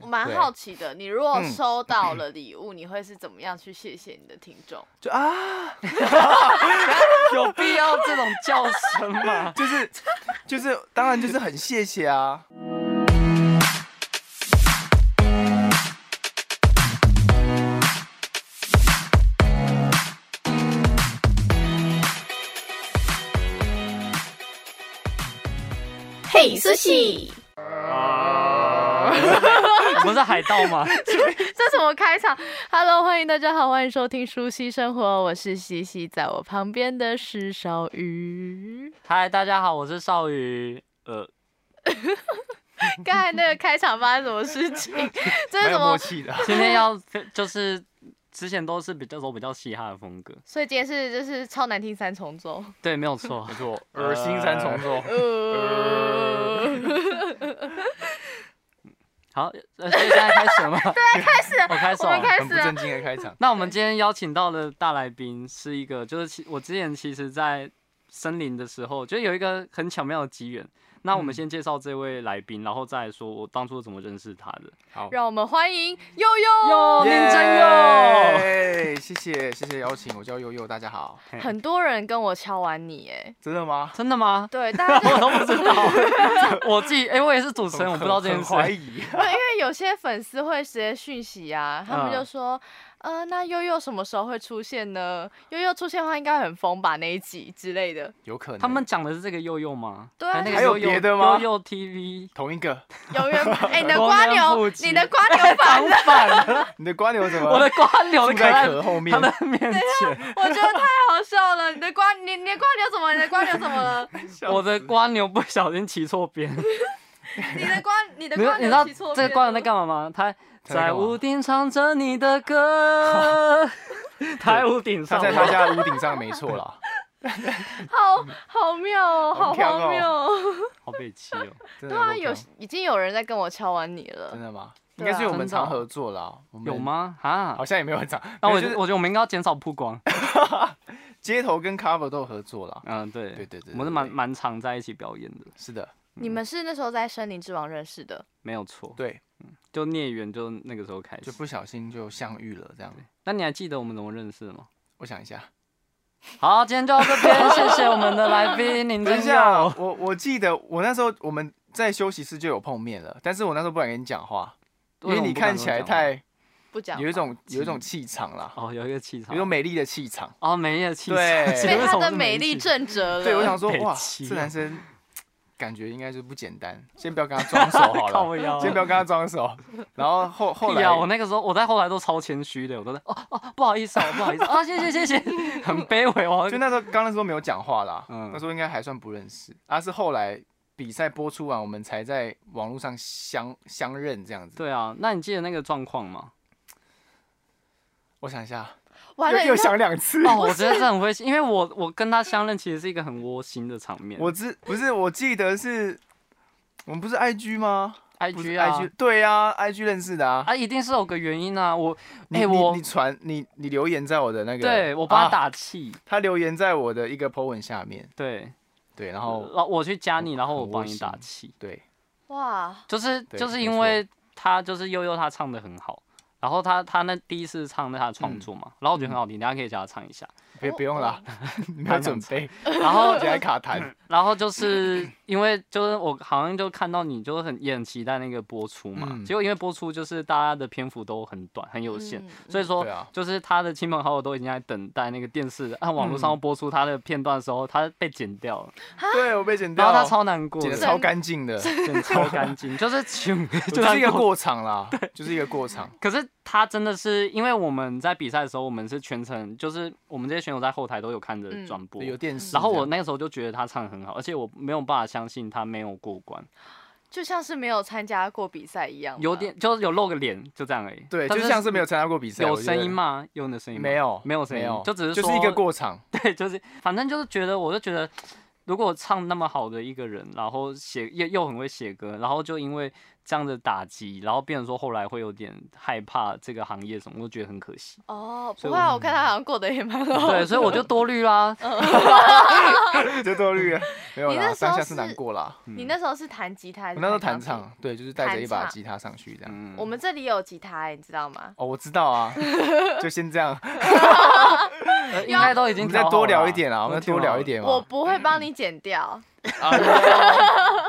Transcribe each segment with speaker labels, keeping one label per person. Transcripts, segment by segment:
Speaker 1: 蛮
Speaker 2: 对
Speaker 1: 好奇的，你如果
Speaker 2: 嗯
Speaker 1: 收到了礼物，你会是怎么样去谢谢你的听众？
Speaker 2: 就啊，
Speaker 3: 有必要这种叫声吗？
Speaker 2: 就是就是，当然就是很谢谢啊。
Speaker 4: 嘿，苏西，
Speaker 3: 哦 我们是海盗吗？
Speaker 1: 这什么开场？Hello，欢迎大家好，欢迎收听《舒西生活》，我是西西，在我旁边的是小鱼。
Speaker 3: 嗨，大家好，我是少宇。呃，
Speaker 1: 刚才那个开场发生什么事情？ 这是
Speaker 2: 蛮
Speaker 1: 什
Speaker 2: 有默
Speaker 1: 么？
Speaker 2: 契的。
Speaker 3: 今天要就是之前都是比较走比较嘻哈的风格，
Speaker 1: 所以今天是就是超难听三重 奏。
Speaker 3: 对，没有错。呃
Speaker 2: 错，恶心三重奏。
Speaker 1: 呃，
Speaker 3: 好，呃，所以现在开始了吗？ 对，开始。我开始
Speaker 1: 我
Speaker 3: 哦
Speaker 1: 们。开
Speaker 2: 很不
Speaker 1: 始啊
Speaker 2: 正！经的开场，
Speaker 3: 那我们今天邀请到的大来宾是一个，就是其我之前其实，在森林的时候，就有一个很巧妙的机缘。那我
Speaker 2: 嗯
Speaker 3: 们先介绍这位来宾，然后再来说我当初怎么认识他的。
Speaker 2: 好，
Speaker 1: 让我们欢迎悠悠。
Speaker 3: 哦，林真佑，
Speaker 2: 耶！谢谢谢谢邀请，我叫悠悠，大家好。
Speaker 1: 很多人跟我敲完你，哎，
Speaker 2: 真的吗？
Speaker 3: 真的吗？
Speaker 1: 对，大 家就
Speaker 3: 我都不知道，我自己哎、我也是主持人，我不知道这件
Speaker 2: 很怀
Speaker 3: 事。
Speaker 2: 疑。
Speaker 1: 对，因为有些粉丝会直接讯息啊，他们就
Speaker 3: 嗯
Speaker 1: 说，呃，那悠悠什么时候会出现呢？悠悠出现的话，应该很疯吧那一集之类的。
Speaker 2: 有可能
Speaker 3: 他们讲的是这个悠悠吗？
Speaker 1: 对啊
Speaker 3: 那个
Speaker 2: 还有
Speaker 3: 悠悠
Speaker 2: 别的吗
Speaker 3: 悠悠 TV
Speaker 2: 同一个，
Speaker 1: 永远，哎、你的
Speaker 3: 光
Speaker 1: 瓜
Speaker 3: 年
Speaker 1: 牛
Speaker 3: 不，
Speaker 1: 你
Speaker 3: 及
Speaker 1: 的瓜牛反
Speaker 3: 相
Speaker 1: 了，
Speaker 3: 反了，
Speaker 2: 你的瓜牛怎么？
Speaker 3: 我的瓜流
Speaker 2: 住在壳
Speaker 3: 在
Speaker 2: 后面
Speaker 3: 他，的面前，
Speaker 1: 我觉得太好笑了。你的瓜，你你的瓜牛怎么了？你的瓜牛怎么了？
Speaker 3: 我的瓜牛不小心骑错 边。
Speaker 1: 你的瓜，你的
Speaker 3: 你
Speaker 1: 瓜
Speaker 3: 你知
Speaker 1: 牛
Speaker 3: 道
Speaker 1: 骑错
Speaker 3: 这个
Speaker 1: 边哦
Speaker 3: 瓜牛在
Speaker 1: 了
Speaker 3: 干嘛吗？他
Speaker 2: 在干
Speaker 3: 在
Speaker 2: 嘛
Speaker 3: 屋顶唱着你的 歌， 他在屋顶
Speaker 2: 他
Speaker 3: 上
Speaker 2: 在他家的屋顶上没错 啦，
Speaker 1: 好好妙哦，好
Speaker 2: 很强
Speaker 1: 荒
Speaker 2: 哦
Speaker 1: 谬哦。
Speaker 3: 好北七哦。
Speaker 2: 真 的
Speaker 1: 对啊，
Speaker 2: 很
Speaker 1: 有
Speaker 2: 好看
Speaker 1: 已经有人在跟我敲完你
Speaker 2: 真
Speaker 1: 了。
Speaker 2: 的吗？应
Speaker 1: 对啊
Speaker 2: 该是我们常
Speaker 3: 真的哦
Speaker 2: 合作啦，我们
Speaker 3: 有？吗？啊
Speaker 2: 好，像也没有很常，
Speaker 3: 那我
Speaker 2: 没有就是
Speaker 3: 我觉得我们应该要减少曝 光。
Speaker 2: 街头跟 cover 都有合作啦。
Speaker 3: 嗯，对
Speaker 2: 对对对
Speaker 3: 我们是
Speaker 2: 对
Speaker 3: 蛮
Speaker 2: 对
Speaker 3: 蛮常在一起表演的，
Speaker 2: 是的，
Speaker 1: 你们是那时候在森林之王认识的？
Speaker 3: 没有错。
Speaker 2: 对，
Speaker 3: 就孽缘就那个时候开
Speaker 2: 就
Speaker 3: 始。
Speaker 2: 不小心就相遇了这样。
Speaker 3: 那你还记得我们怎么认识的吗？
Speaker 2: 我想一下，
Speaker 3: 好，今天就到这边，谢谢我们的来宾 林
Speaker 2: 等
Speaker 3: 真
Speaker 2: 一下，
Speaker 3: 佑。
Speaker 2: 我我记得我那时候我们在休息室就有碰面了，但是我那时候不敢跟你讲话，因为你看起来太
Speaker 1: 不讲
Speaker 2: 有一种有一种
Speaker 3: 嗯
Speaker 2: 气场啦，
Speaker 3: 哦，有一个气场
Speaker 2: 有一，种美丽的气场。
Speaker 3: 哦，美艳的气场，
Speaker 2: 对
Speaker 3: 其实
Speaker 1: 被
Speaker 3: 为
Speaker 1: 她
Speaker 3: 什么
Speaker 1: 的
Speaker 3: 是
Speaker 1: 美丽
Speaker 3: 气
Speaker 1: 震慑了。
Speaker 2: 对，我想说
Speaker 3: 北
Speaker 2: 哇，
Speaker 3: 齐
Speaker 2: 这
Speaker 3: 啊
Speaker 2: 男生感觉应该是不简单，先不要跟他装熟好了。
Speaker 3: 靠腰啊。
Speaker 2: 先不要跟他装熟，然后后后
Speaker 3: 屁
Speaker 2: 来
Speaker 3: 啊！我那个时候，我在后来都超谦虚的，我都在哦哦，不好意思哦，不好意思啊，谢谢谢谢，很卑微哦。
Speaker 2: 就那时候刚那时候没有讲话啦，
Speaker 3: 嗯
Speaker 2: 那时候应该还算不认识，啊是后来比赛播出完，我们才在网络上相相认这样子。
Speaker 3: 对啊，那你记得那个状况吗？
Speaker 2: 我想一下，
Speaker 1: 完了，
Speaker 2: 又又想两次。
Speaker 3: 哦，我觉得这很危险，因为我我跟他相认其实是一个很窝心的场面。
Speaker 2: 我知不是，我记得是我们不是 IG 吗
Speaker 3: IG
Speaker 2: 不是
Speaker 3: 啊
Speaker 2: IG 对呀、i g 认识的啊。
Speaker 3: 啊，一定是有个原因啊，我
Speaker 2: 你
Speaker 3: 哎
Speaker 2: 你
Speaker 3: 我
Speaker 2: 你传你你留言在我的那个，
Speaker 3: 对我帮他
Speaker 2: 啊，
Speaker 3: 打气，
Speaker 2: 他留言在我的一个 po 文下面，
Speaker 3: 对，
Speaker 2: 对，然
Speaker 3: 然
Speaker 2: 后
Speaker 3: 后我去加你，然后我
Speaker 2: 很窝
Speaker 3: 帮你
Speaker 2: 心
Speaker 3: 打气。
Speaker 2: 对
Speaker 1: 哇，
Speaker 3: 就是
Speaker 2: 对
Speaker 3: 就是
Speaker 2: 没
Speaker 3: 因
Speaker 2: 错
Speaker 3: 为他就是悠悠他唱的很好，然后他他那第一次唱那他的
Speaker 2: 嗯
Speaker 3: 创作嘛，然后我觉得很好听，大家可以叫他唱一下。
Speaker 2: 别
Speaker 1: 哦
Speaker 2: 不用啦， 没有准备，
Speaker 3: 然后
Speaker 2: 而且还卡痰，
Speaker 3: 然后就是因为就是我好像就看到你就是很也很期待那个播出嘛，
Speaker 2: 嗯
Speaker 3: 结果因为播出就是大家的篇幅都很短很有限，
Speaker 1: 嗯
Speaker 3: 所以说
Speaker 2: 对啊
Speaker 3: 就是他的亲朋好友都已经在等待那个电视按网络上播出他的片段的时候，他被剪掉了，
Speaker 2: 对我被嗯剪
Speaker 3: 然
Speaker 2: 掉
Speaker 3: 后
Speaker 2: 了，
Speaker 3: 他超难过
Speaker 2: 剪
Speaker 3: 的，
Speaker 2: 的
Speaker 1: 真
Speaker 2: 超干净的，
Speaker 3: 剪超干净，就是
Speaker 2: 就
Speaker 3: 就
Speaker 2: 是一个
Speaker 3: 过。
Speaker 2: 过场啦，就是一个过场，
Speaker 3: 可是他真的是，因为我们在比赛的时候，我们是全程，就是我们这些选手在后台都有看着
Speaker 1: 嗯
Speaker 3: 转播。
Speaker 2: 有电视这样。
Speaker 3: 然后我那个时候就觉得他唱得很好，而且我没有办法相信他没有过关，
Speaker 1: 就像是没有参加过比赛一样，
Speaker 3: 有。点就是有露个脸，就这样而已。
Speaker 2: 对，
Speaker 3: 但
Speaker 2: 就像是没有参加过比赛，
Speaker 3: 有
Speaker 2: 我觉得
Speaker 3: 声音？吗？有你的声音吗
Speaker 2: 没有，
Speaker 3: 没有声音，就只是
Speaker 2: 就是一个
Speaker 3: 说，
Speaker 2: 过场，
Speaker 3: 对，就是反正就是觉得，我就觉得，如果唱那么好的一个人，然后写又又很会写歌，然后就因为这样的打击，然后变成说后来会有点害怕这个行业什么，我觉得很可惜。
Speaker 1: 哦，不
Speaker 3: 所以
Speaker 1: 会啊，我看他好像过得也蛮好。
Speaker 3: 对，所以我就多虑啦。
Speaker 1: 嗯
Speaker 2: 这多虑了，没有
Speaker 1: 你那
Speaker 2: 啦，
Speaker 1: 时候
Speaker 2: 当下是难
Speaker 1: 是
Speaker 2: 过啦。
Speaker 1: 你那时候是弹吉他还
Speaker 2: 我
Speaker 1: 是？
Speaker 2: 那时候弹。唱，对，就是带着一把
Speaker 1: 弹唱
Speaker 2: 吉他上去这样。
Speaker 3: 嗯
Speaker 1: 我们这里有吉他、欸你知道吗？
Speaker 2: 哦，我知道 啊，就先这样，
Speaker 3: 呃应该都已
Speaker 2: 我
Speaker 3: 经
Speaker 2: 们再
Speaker 3: 调好
Speaker 2: 多聊
Speaker 3: 了
Speaker 2: 一点啊，我们再多聊一。点嘛。
Speaker 1: 我不会帮你剪掉，
Speaker 3: 啊有
Speaker 2: 啊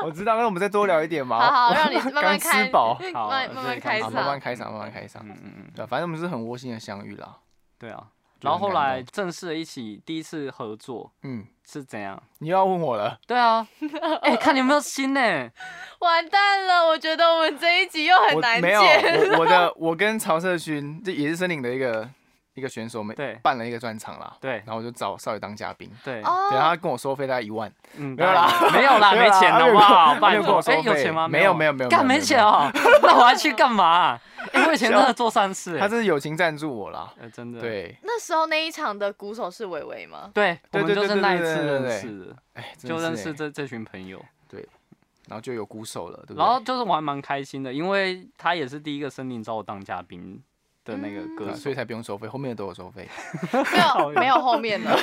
Speaker 2: 我知道，那我们再多聊一点嘛。
Speaker 1: 好好让 你慢慢
Speaker 2: 刚
Speaker 1: 看
Speaker 2: 吃， 饱，
Speaker 1: 慢
Speaker 3: 好
Speaker 1: 慢慢慢开
Speaker 2: 好
Speaker 1: 嗓。
Speaker 2: 慢慢开嗓，慢慢开嗓。
Speaker 3: 嗯嗯嗯，
Speaker 2: 对啊，反正我们是很窝心的相遇啦。
Speaker 3: 对啊。
Speaker 2: 就
Speaker 3: 然后
Speaker 2: 很
Speaker 3: 后
Speaker 2: 感
Speaker 3: 来
Speaker 2: 动
Speaker 3: 正式的一起第一次合作
Speaker 2: 嗯，
Speaker 3: 是怎样？
Speaker 2: 你又要问我了，
Speaker 3: 对啊，哎、看你有没有心呢、
Speaker 1: 完蛋了，我觉得我们这一集又很
Speaker 2: 我
Speaker 1: 难
Speaker 2: 没有，
Speaker 1: 剪。
Speaker 2: 我我 的我跟曹社勋，这也是森林的一个一个选手，我们
Speaker 3: 对
Speaker 2: 办了一个专场啦。
Speaker 3: 对
Speaker 2: 然后我就找少爷当嘉宾，
Speaker 3: 对，
Speaker 1: 哦
Speaker 2: 对，啊他跟我收费大概一万，
Speaker 3: 嗯，
Speaker 2: 没有啦，
Speaker 3: 没有啦，
Speaker 2: 没有
Speaker 3: 没
Speaker 2: 啦
Speaker 3: 钱
Speaker 2: 他
Speaker 3: 好
Speaker 2: 没有
Speaker 3: 不
Speaker 2: 跟我
Speaker 3: 好？
Speaker 2: 他
Speaker 3: 拜
Speaker 2: 没有跟
Speaker 3: 托
Speaker 2: 我收
Speaker 3: 哎有
Speaker 2: 费
Speaker 3: 钱吗？
Speaker 2: 没有没有没有
Speaker 3: 干
Speaker 2: 没有
Speaker 3: 没钱 哦，那我还去干嘛？哎，我以前 真的做善事，
Speaker 2: 他
Speaker 3: 哎
Speaker 2: 这是友情赞助我啦。
Speaker 3: 呃真的
Speaker 2: 对，
Speaker 1: 那时候那一场的鼓手是伟伟 吗？
Speaker 3: 对，我
Speaker 2: 对对
Speaker 3: 们就
Speaker 2: 对
Speaker 3: 是
Speaker 2: 对
Speaker 3: 那一
Speaker 2: 对
Speaker 3: 次
Speaker 2: 对
Speaker 3: 认
Speaker 2: 对
Speaker 3: 识的，
Speaker 2: 哎，真的
Speaker 3: 就是欸认识
Speaker 2: 哎
Speaker 3: 这这群朋友。
Speaker 2: 然后就有鼓手了，对不对？
Speaker 3: 然后就是我还蛮开心的，因为他也是第一个森林找我当嘉宾的那个
Speaker 2: 对
Speaker 3: 歌
Speaker 2: 啊
Speaker 3: 手
Speaker 2: 所以，才不用收 费，后面的都有收费。
Speaker 1: 没有，没有后面了。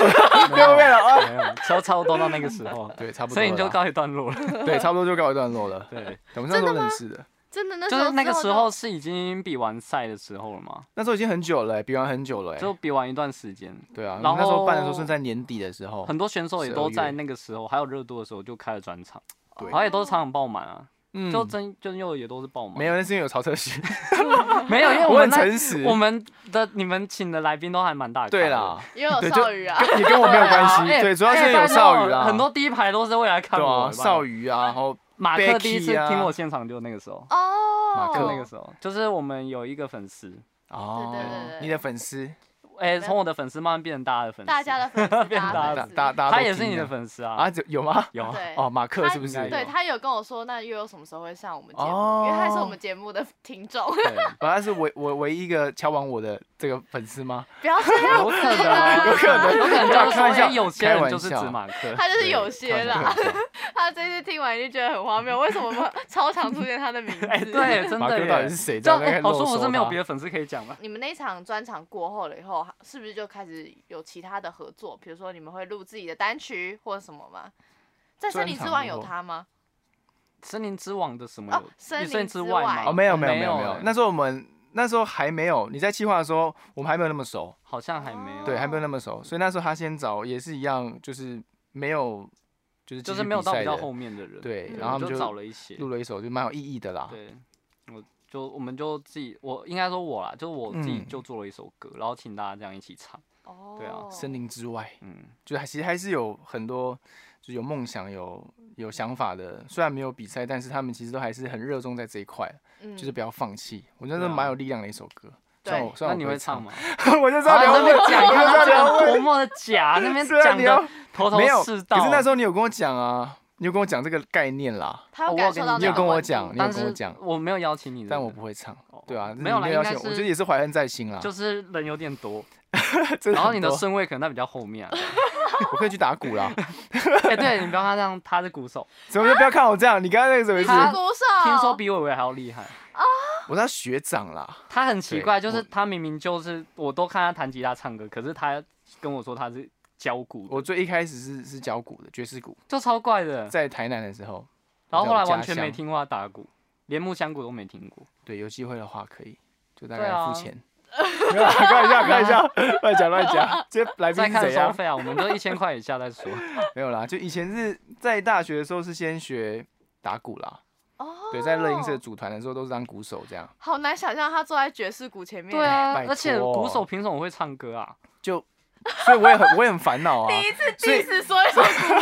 Speaker 3: 没有
Speaker 2: 面了哦
Speaker 3: 啊，没有，差差不多到那个时候，
Speaker 2: 对，差不多
Speaker 3: 所
Speaker 2: 啦。
Speaker 3: 以你就告一段落了。
Speaker 2: 对，差不多就告一段落 了。
Speaker 3: 对，
Speaker 2: 我们那时候认识的，
Speaker 1: 真的那时
Speaker 3: 就
Speaker 1: 候
Speaker 3: 是那个
Speaker 1: 之
Speaker 3: 时
Speaker 1: 后
Speaker 3: 候是已经比完赛的时候了嘛，
Speaker 2: 那时候已经很久了欸，比完很久了欸。
Speaker 3: 就比完一段时间，
Speaker 2: 对啊，我
Speaker 3: 然
Speaker 2: 们那时候办的时候
Speaker 3: 后
Speaker 2: 是在年底的时候，
Speaker 3: 很多选手也
Speaker 2: 12
Speaker 3: 都在
Speaker 2: 月
Speaker 3: 那个时候，还有热度的时候就开了专场，
Speaker 2: 对
Speaker 3: 然后也都
Speaker 1: 哦
Speaker 3: 是场场爆满啊，
Speaker 2: 嗯
Speaker 3: 就真真又也都是爆满。
Speaker 2: 没有，那是因为有曹策 勋，
Speaker 3: 没有，因为
Speaker 2: 我
Speaker 3: 们
Speaker 2: 很
Speaker 3: 那
Speaker 2: 诚实。
Speaker 3: 我们的你们请的来宾都还蛮大咖的。
Speaker 2: 对 啦，
Speaker 1: 也有
Speaker 2: 对就
Speaker 1: 少宇啊，
Speaker 2: 跟你跟我没有关系，
Speaker 3: 哎
Speaker 2: 对，主要
Speaker 3: 哎
Speaker 2: 是有
Speaker 3: 拜托
Speaker 2: 少宇啦，
Speaker 3: 很多第一排都是为了看
Speaker 2: 对
Speaker 3: 我
Speaker 2: 啊，
Speaker 3: 的。
Speaker 2: 少宇啊，然后
Speaker 3: 马克
Speaker 2: Becky
Speaker 3: 第一次
Speaker 2: 啊
Speaker 3: 听我现场就那个时候，
Speaker 1: 哦，
Speaker 2: 马克
Speaker 3: 就那个时候，就是我们有一个粉丝，
Speaker 1: 对对对
Speaker 2: 哦，你的粉丝，
Speaker 3: 哎，从我的粉丝慢慢变成大家的粉丝，
Speaker 1: 大家的粉 丝，
Speaker 3: 变
Speaker 1: 大家
Speaker 3: 大
Speaker 2: 大
Speaker 1: 粉丝
Speaker 2: 大大家
Speaker 3: 他
Speaker 2: 都
Speaker 3: 也是
Speaker 2: 听
Speaker 3: 你的
Speaker 2: 了
Speaker 3: 粉丝啊
Speaker 2: 啊？，这有吗？
Speaker 3: 有啊
Speaker 1: 对
Speaker 2: 哦，马克
Speaker 1: 他
Speaker 2: 是不是？
Speaker 3: 应该
Speaker 1: 对
Speaker 3: 有
Speaker 1: 他有跟我说，那悠悠什么时候会上我们节目？
Speaker 2: 哦
Speaker 1: 因为他是我们节目的听众，
Speaker 3: 对，
Speaker 2: 哦，他是唯唯唯一一个敲完我的这个粉丝吗？
Speaker 1: 不要这样，
Speaker 3: 有可 能啊，有可能，有可能就是说，
Speaker 2: 开玩笑
Speaker 3: 哎有些人就是
Speaker 2: 开玩笑
Speaker 3: 指 马克，
Speaker 1: 他就是
Speaker 2: 对
Speaker 1: 有些
Speaker 2: 开
Speaker 1: 啦
Speaker 2: 玩。笑
Speaker 1: 他这次听完就觉得很荒谬，为什么我们 超常出现他的名字？
Speaker 3: 哎，对，真
Speaker 2: 马
Speaker 3: 的
Speaker 2: 克到底
Speaker 3: 耶
Speaker 2: 是。谁？
Speaker 3: 这样
Speaker 2: 在那边
Speaker 3: 哎好说
Speaker 2: 肉
Speaker 3: 我
Speaker 2: 搜
Speaker 3: 是没有
Speaker 2: 他
Speaker 3: 别的粉丝可以讲吧？
Speaker 1: 你们那场专场过后了以后，是不是就开始有其他的合作？比如说你们会录自己的单曲或者什么吗？在森林之
Speaker 2: 专
Speaker 1: 王
Speaker 2: 场
Speaker 1: 有
Speaker 2: 过后
Speaker 1: 他吗？
Speaker 3: 森林之王的什么
Speaker 1: 哦
Speaker 3: 有？
Speaker 1: 森
Speaker 3: 有
Speaker 1: 林
Speaker 3: 之
Speaker 1: 之
Speaker 3: 外
Speaker 1: 外
Speaker 3: 吗？
Speaker 2: 哦，没有没有
Speaker 3: 没
Speaker 2: 没有没有
Speaker 3: 欸，
Speaker 2: 那时候我们那时候还没有你在企划的时候，我们还没有那么熟，
Speaker 3: 好像还没有。啊
Speaker 2: 对，还没
Speaker 1: 哦
Speaker 2: 有那么熟，所以那时候他先找也是一样，就是没有就是继
Speaker 3: 就
Speaker 2: 续
Speaker 3: 是没有
Speaker 2: 比
Speaker 3: 到
Speaker 2: 赛
Speaker 3: 比较
Speaker 2: 的
Speaker 3: 后面的人。
Speaker 2: 对
Speaker 1: 嗯，
Speaker 2: 然后他
Speaker 3: 我们
Speaker 2: 们
Speaker 3: 就找
Speaker 2: 就
Speaker 3: 了一些。
Speaker 2: 录了一首，就蛮有意义的啦。
Speaker 3: 对，我就我们就自己，我应该说我啦，就是我自己
Speaker 2: 嗯
Speaker 3: 就做了一首歌，然后请大家这样一起唱。
Speaker 1: 哦，
Speaker 3: 对啊
Speaker 2: 森林之外，
Speaker 3: 嗯，
Speaker 2: 就还其实还是有很多就有梦想、有有想法的，虽然没有比赛，但是他们其实都还是很热衷在这一块，
Speaker 1: 嗯
Speaker 2: 就是不要放弃。我觉得
Speaker 3: 对啊
Speaker 2: 蛮有力量的一首歌。虽
Speaker 1: 对
Speaker 2: 然我，虽
Speaker 3: 那
Speaker 2: 然我
Speaker 3: 你
Speaker 2: 不
Speaker 3: 会
Speaker 2: 会
Speaker 3: 唱？吗？
Speaker 2: 我就知道
Speaker 3: 啊
Speaker 2: 你
Speaker 3: 你
Speaker 2: 要
Speaker 3: 那边
Speaker 2: 问，
Speaker 3: 讲，
Speaker 2: 我就
Speaker 3: 看
Speaker 2: 知道
Speaker 3: 他
Speaker 2: 你
Speaker 3: 讲
Speaker 2: 要
Speaker 3: 得
Speaker 2: 问
Speaker 3: 多。么的 假，那边
Speaker 2: 虽然
Speaker 3: 讲
Speaker 2: 啊你要
Speaker 3: 的头头
Speaker 2: 没有，
Speaker 3: 是道。
Speaker 2: 可是那时候你有跟我讲啊，你有跟我讲这个概念啦，
Speaker 1: 他有
Speaker 3: 我
Speaker 1: 感
Speaker 3: 有
Speaker 1: 受
Speaker 3: 跟
Speaker 1: 到
Speaker 3: 你
Speaker 1: 那
Speaker 2: 你有
Speaker 1: 个
Speaker 2: 跟我
Speaker 1: 温度
Speaker 2: 讲，你有
Speaker 3: 但
Speaker 2: 跟我
Speaker 3: 是
Speaker 2: 讲，
Speaker 3: 我没有邀请你，
Speaker 2: 但我不会唱
Speaker 3: 哦，
Speaker 2: 对啊，
Speaker 3: 没有啦
Speaker 2: 了
Speaker 3: 应该
Speaker 2: 解，
Speaker 3: 是
Speaker 2: 我觉得也是怀恨在心啦
Speaker 3: 对，就是人有点多，
Speaker 2: 真
Speaker 3: 然后你的
Speaker 2: 很多
Speaker 3: 顺位可能在比较后面啊。
Speaker 2: 我可以去打鼓啦，
Speaker 3: 哎，对你不要看他这样，他是 鼓手，
Speaker 2: 怎么就不要看我这样？你刚刚那个怎么
Speaker 1: 你
Speaker 2: 回
Speaker 1: 是
Speaker 2: 事？
Speaker 3: 他
Speaker 1: 鼓手，
Speaker 3: 听
Speaker 2: 哦
Speaker 3: 说比伟伟还要厉害。
Speaker 2: 我是他学长啦，
Speaker 3: 他很奇
Speaker 2: 对
Speaker 3: 怪，就是
Speaker 2: 我
Speaker 3: 他明明就是我都看他弹吉他唱歌，可是他跟我说他是教鼓的，
Speaker 2: 我最一开始是是教鼓的，爵士鼓，
Speaker 3: 就超怪的。
Speaker 2: 在台南的时候，
Speaker 3: 然后后来
Speaker 2: 在我
Speaker 3: 完
Speaker 2: 家
Speaker 3: 全没
Speaker 2: 乡
Speaker 3: 听过他打鼓，连木箱鼓都没听过。
Speaker 2: 对，有机会的话可以，就大
Speaker 3: 对
Speaker 2: 概
Speaker 3: 啊
Speaker 1: 哦
Speaker 2: 付钱。没有啦，开玩笑，开玩笑， 乱讲 乱讲。这来宾
Speaker 3: 再
Speaker 2: 是
Speaker 3: 看
Speaker 2: 怎
Speaker 3: 收
Speaker 2: 样？
Speaker 3: 费啊，我们都一千块以下再说。
Speaker 2: 没有啦，就以前是在大学的时候是先学打鼓啦，
Speaker 1: 哦，
Speaker 2: 对，在乐音社组团的时候都是当鼓手这样。
Speaker 1: 好难想象他坐在爵士鼓前面。
Speaker 3: 对啊
Speaker 2: 拜，
Speaker 3: 而且
Speaker 2: 托
Speaker 3: 鼓手凭什么会唱歌 啊？
Speaker 2: 就，所以我也很我也很烦恼啊。
Speaker 1: 第一次
Speaker 2: 所以
Speaker 1: diss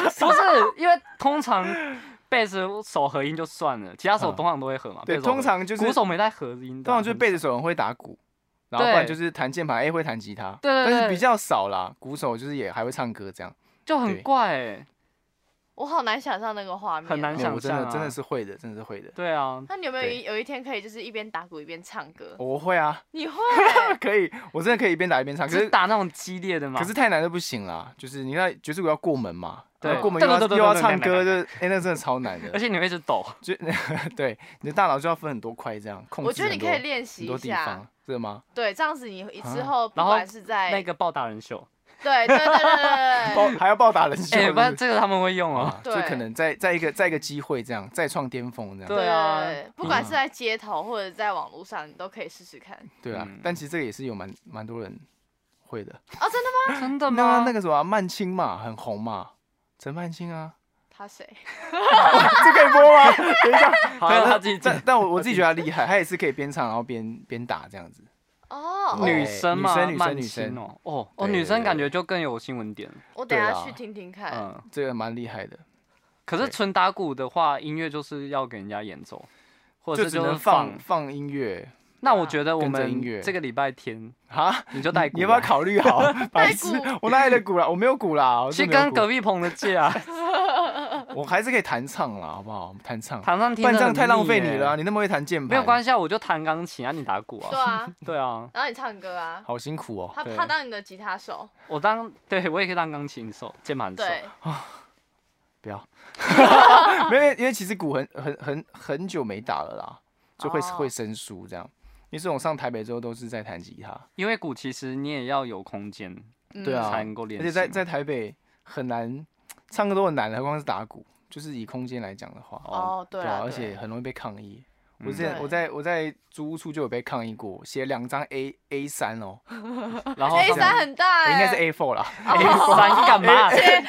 Speaker 1: 所有
Speaker 3: 不是，因为通常贝斯手合音就算了，其他手
Speaker 2: 嗯
Speaker 3: 通常都会合嘛。
Speaker 2: 对，
Speaker 3: 贝斯手
Speaker 2: 通常就是
Speaker 3: 鼓手没在合音的
Speaker 2: 通常
Speaker 3: 啊，
Speaker 2: 就是
Speaker 3: 很
Speaker 2: 贝
Speaker 3: 少
Speaker 2: 斯手很会打鼓，然后不然
Speaker 3: 对
Speaker 2: 就是弹键盘，哎、会弹吉他，
Speaker 3: 对对
Speaker 2: 但是
Speaker 3: 对
Speaker 2: 比较少啦。鼓手就是也还会唱歌这样，
Speaker 3: 就很
Speaker 2: 对
Speaker 3: 怪欸。
Speaker 1: 我好难想象那个画面，
Speaker 3: 很难
Speaker 2: 没有
Speaker 3: 想
Speaker 2: 我真
Speaker 3: 象
Speaker 2: 的真
Speaker 3: 啊
Speaker 2: 的是会的，真的是会的。
Speaker 3: 对啊，
Speaker 1: 那你有没有
Speaker 2: 对
Speaker 1: 一有一天可以就是一边打鼓一边唱歌？
Speaker 2: 我会啊，
Speaker 1: 你 会
Speaker 2: 可以，我真的可以一边打一边唱。可
Speaker 3: 只是
Speaker 2: 是
Speaker 3: 打那种激烈的嘛。
Speaker 2: 可是太难的不行啦，就是你看爵士鼓要过门嘛，
Speaker 3: 对
Speaker 2: 然后过门又要
Speaker 3: 对对对
Speaker 2: 又
Speaker 3: 对
Speaker 2: 要
Speaker 3: 对
Speaker 2: 唱
Speaker 3: 对
Speaker 2: 歌，
Speaker 3: 对
Speaker 2: 就是哎，那真的超难
Speaker 3: 而
Speaker 2: 的。
Speaker 3: 且你会一直抖，
Speaker 2: 就对，你的大脑就要分很多块这样控制。
Speaker 1: 我觉得你可以练习
Speaker 2: 很多
Speaker 1: 一
Speaker 2: 地
Speaker 1: 下
Speaker 2: 方，，是吗？
Speaker 1: 对，这样子你你之
Speaker 2: 啊
Speaker 1: 后不
Speaker 3: 然后
Speaker 1: 管是在
Speaker 3: 那个暴打人秀，
Speaker 1: 对对对对对
Speaker 2: 报
Speaker 1: 对对，
Speaker 2: 还要报打人球
Speaker 3: 哎、
Speaker 2: 是
Speaker 3: 不
Speaker 2: 不
Speaker 3: 然
Speaker 2: 是，
Speaker 3: 这个他们会用哦。
Speaker 2: 啊就
Speaker 1: 对
Speaker 2: 可能在在一个在一个机会这样再创巅峰这样。
Speaker 3: 对啊
Speaker 1: 不管
Speaker 2: 嗯
Speaker 1: 是在街头或者在网络上，你都可以试试看。哦
Speaker 2: 对啊
Speaker 3: 嗯，
Speaker 2: 但其实这个也是有蛮蛮多人会的。
Speaker 1: 哦，真的吗？
Speaker 3: 真的
Speaker 2: 啊那
Speaker 3: 吗？
Speaker 2: 那个什么啊曼青嘛，很红嘛，陈曼青 啊，
Speaker 1: 他谁？
Speaker 2: 这可以播吗？等一下，
Speaker 3: 好像他自己
Speaker 2: 但但我我自己觉得他厉害，他也是可以边唱然后边边打这样子。
Speaker 1: 哦，
Speaker 2: 对
Speaker 3: 女生嘛，
Speaker 2: 女生女生
Speaker 3: 曼
Speaker 2: 女生
Speaker 3: 青哦，哦哦，
Speaker 2: 对对
Speaker 3: 女生
Speaker 2: 对
Speaker 3: 感觉就更有新闻点，
Speaker 1: 我等
Speaker 2: 对啊
Speaker 1: 下
Speaker 2: 啦
Speaker 1: 去听听看。
Speaker 3: 嗯。
Speaker 2: 这个蛮厉害的，
Speaker 3: 可是
Speaker 2: 对
Speaker 3: 纯打鼓的话，音乐就是要给人家演奏，或者
Speaker 2: 就是只
Speaker 3: 就
Speaker 2: 能
Speaker 3: 是
Speaker 2: 放。放音乐
Speaker 3: 那我觉得
Speaker 2: 啊
Speaker 3: 我
Speaker 2: 跟着音
Speaker 3: 们
Speaker 2: 乐
Speaker 3: 这个礼拜天
Speaker 2: 啊。
Speaker 3: 你就带 鼓
Speaker 2: 你要不要
Speaker 3: 来
Speaker 2: 考虑 好？白
Speaker 1: 带
Speaker 2: 痴
Speaker 1: 鼓，
Speaker 2: 我哪里的鼓啦？我没有鼓啦，我
Speaker 3: 去
Speaker 2: 真的没有
Speaker 3: 跟
Speaker 2: 鼓
Speaker 3: 隔壁棚的借 啊？
Speaker 2: 我还是可以弹唱啦，好不好？弹唱，
Speaker 3: 弹上
Speaker 2: 不
Speaker 3: 听
Speaker 2: 然
Speaker 3: 真
Speaker 2: 这样
Speaker 3: 的很
Speaker 2: 太浪
Speaker 3: 腻
Speaker 2: 费
Speaker 3: 耶
Speaker 2: 你了啊、你那么会弹键盘，
Speaker 3: 没有关系啊，我就弹钢琴啊，你打鼓
Speaker 1: 对
Speaker 3: 啊。
Speaker 1: 啊，
Speaker 3: 对啊，
Speaker 1: 然后你唱歌 啊，
Speaker 2: 好辛苦哦。
Speaker 1: 他
Speaker 3: 对
Speaker 1: 他当你的吉他手，
Speaker 3: 我当对我也可以当钢琴手、键盘手。
Speaker 1: 对，
Speaker 2: 不 要， 没有，因为其实鼓很很很很久没打了啦，就会、
Speaker 1: 哦
Speaker 2: 会生疏这样。因为这种上台北之后都是在弹吉他，
Speaker 3: 因为鼓其实你也要有空间
Speaker 1: 嗯
Speaker 2: 对啊
Speaker 3: 才能够练
Speaker 2: 而
Speaker 3: 习。
Speaker 2: 且在在台北很难唱歌都很难的，何况是打鼓。就是以空间来讲的话，
Speaker 3: 哦，
Speaker 1: 哦，对
Speaker 2: 啊
Speaker 1: 啊，，
Speaker 2: 而
Speaker 1: 对
Speaker 2: 且很容易被抗议。我
Speaker 3: 嗯
Speaker 2: 之前
Speaker 1: 对
Speaker 2: 我在我在租屋处就有被抗议过，写两张 A A 三哦，
Speaker 3: 然后
Speaker 1: A
Speaker 3: 上
Speaker 1: 三
Speaker 3: 面
Speaker 1: 很大
Speaker 2: 应
Speaker 1: 哎，
Speaker 2: 该是 A four 啦。
Speaker 3: A 三干嘛？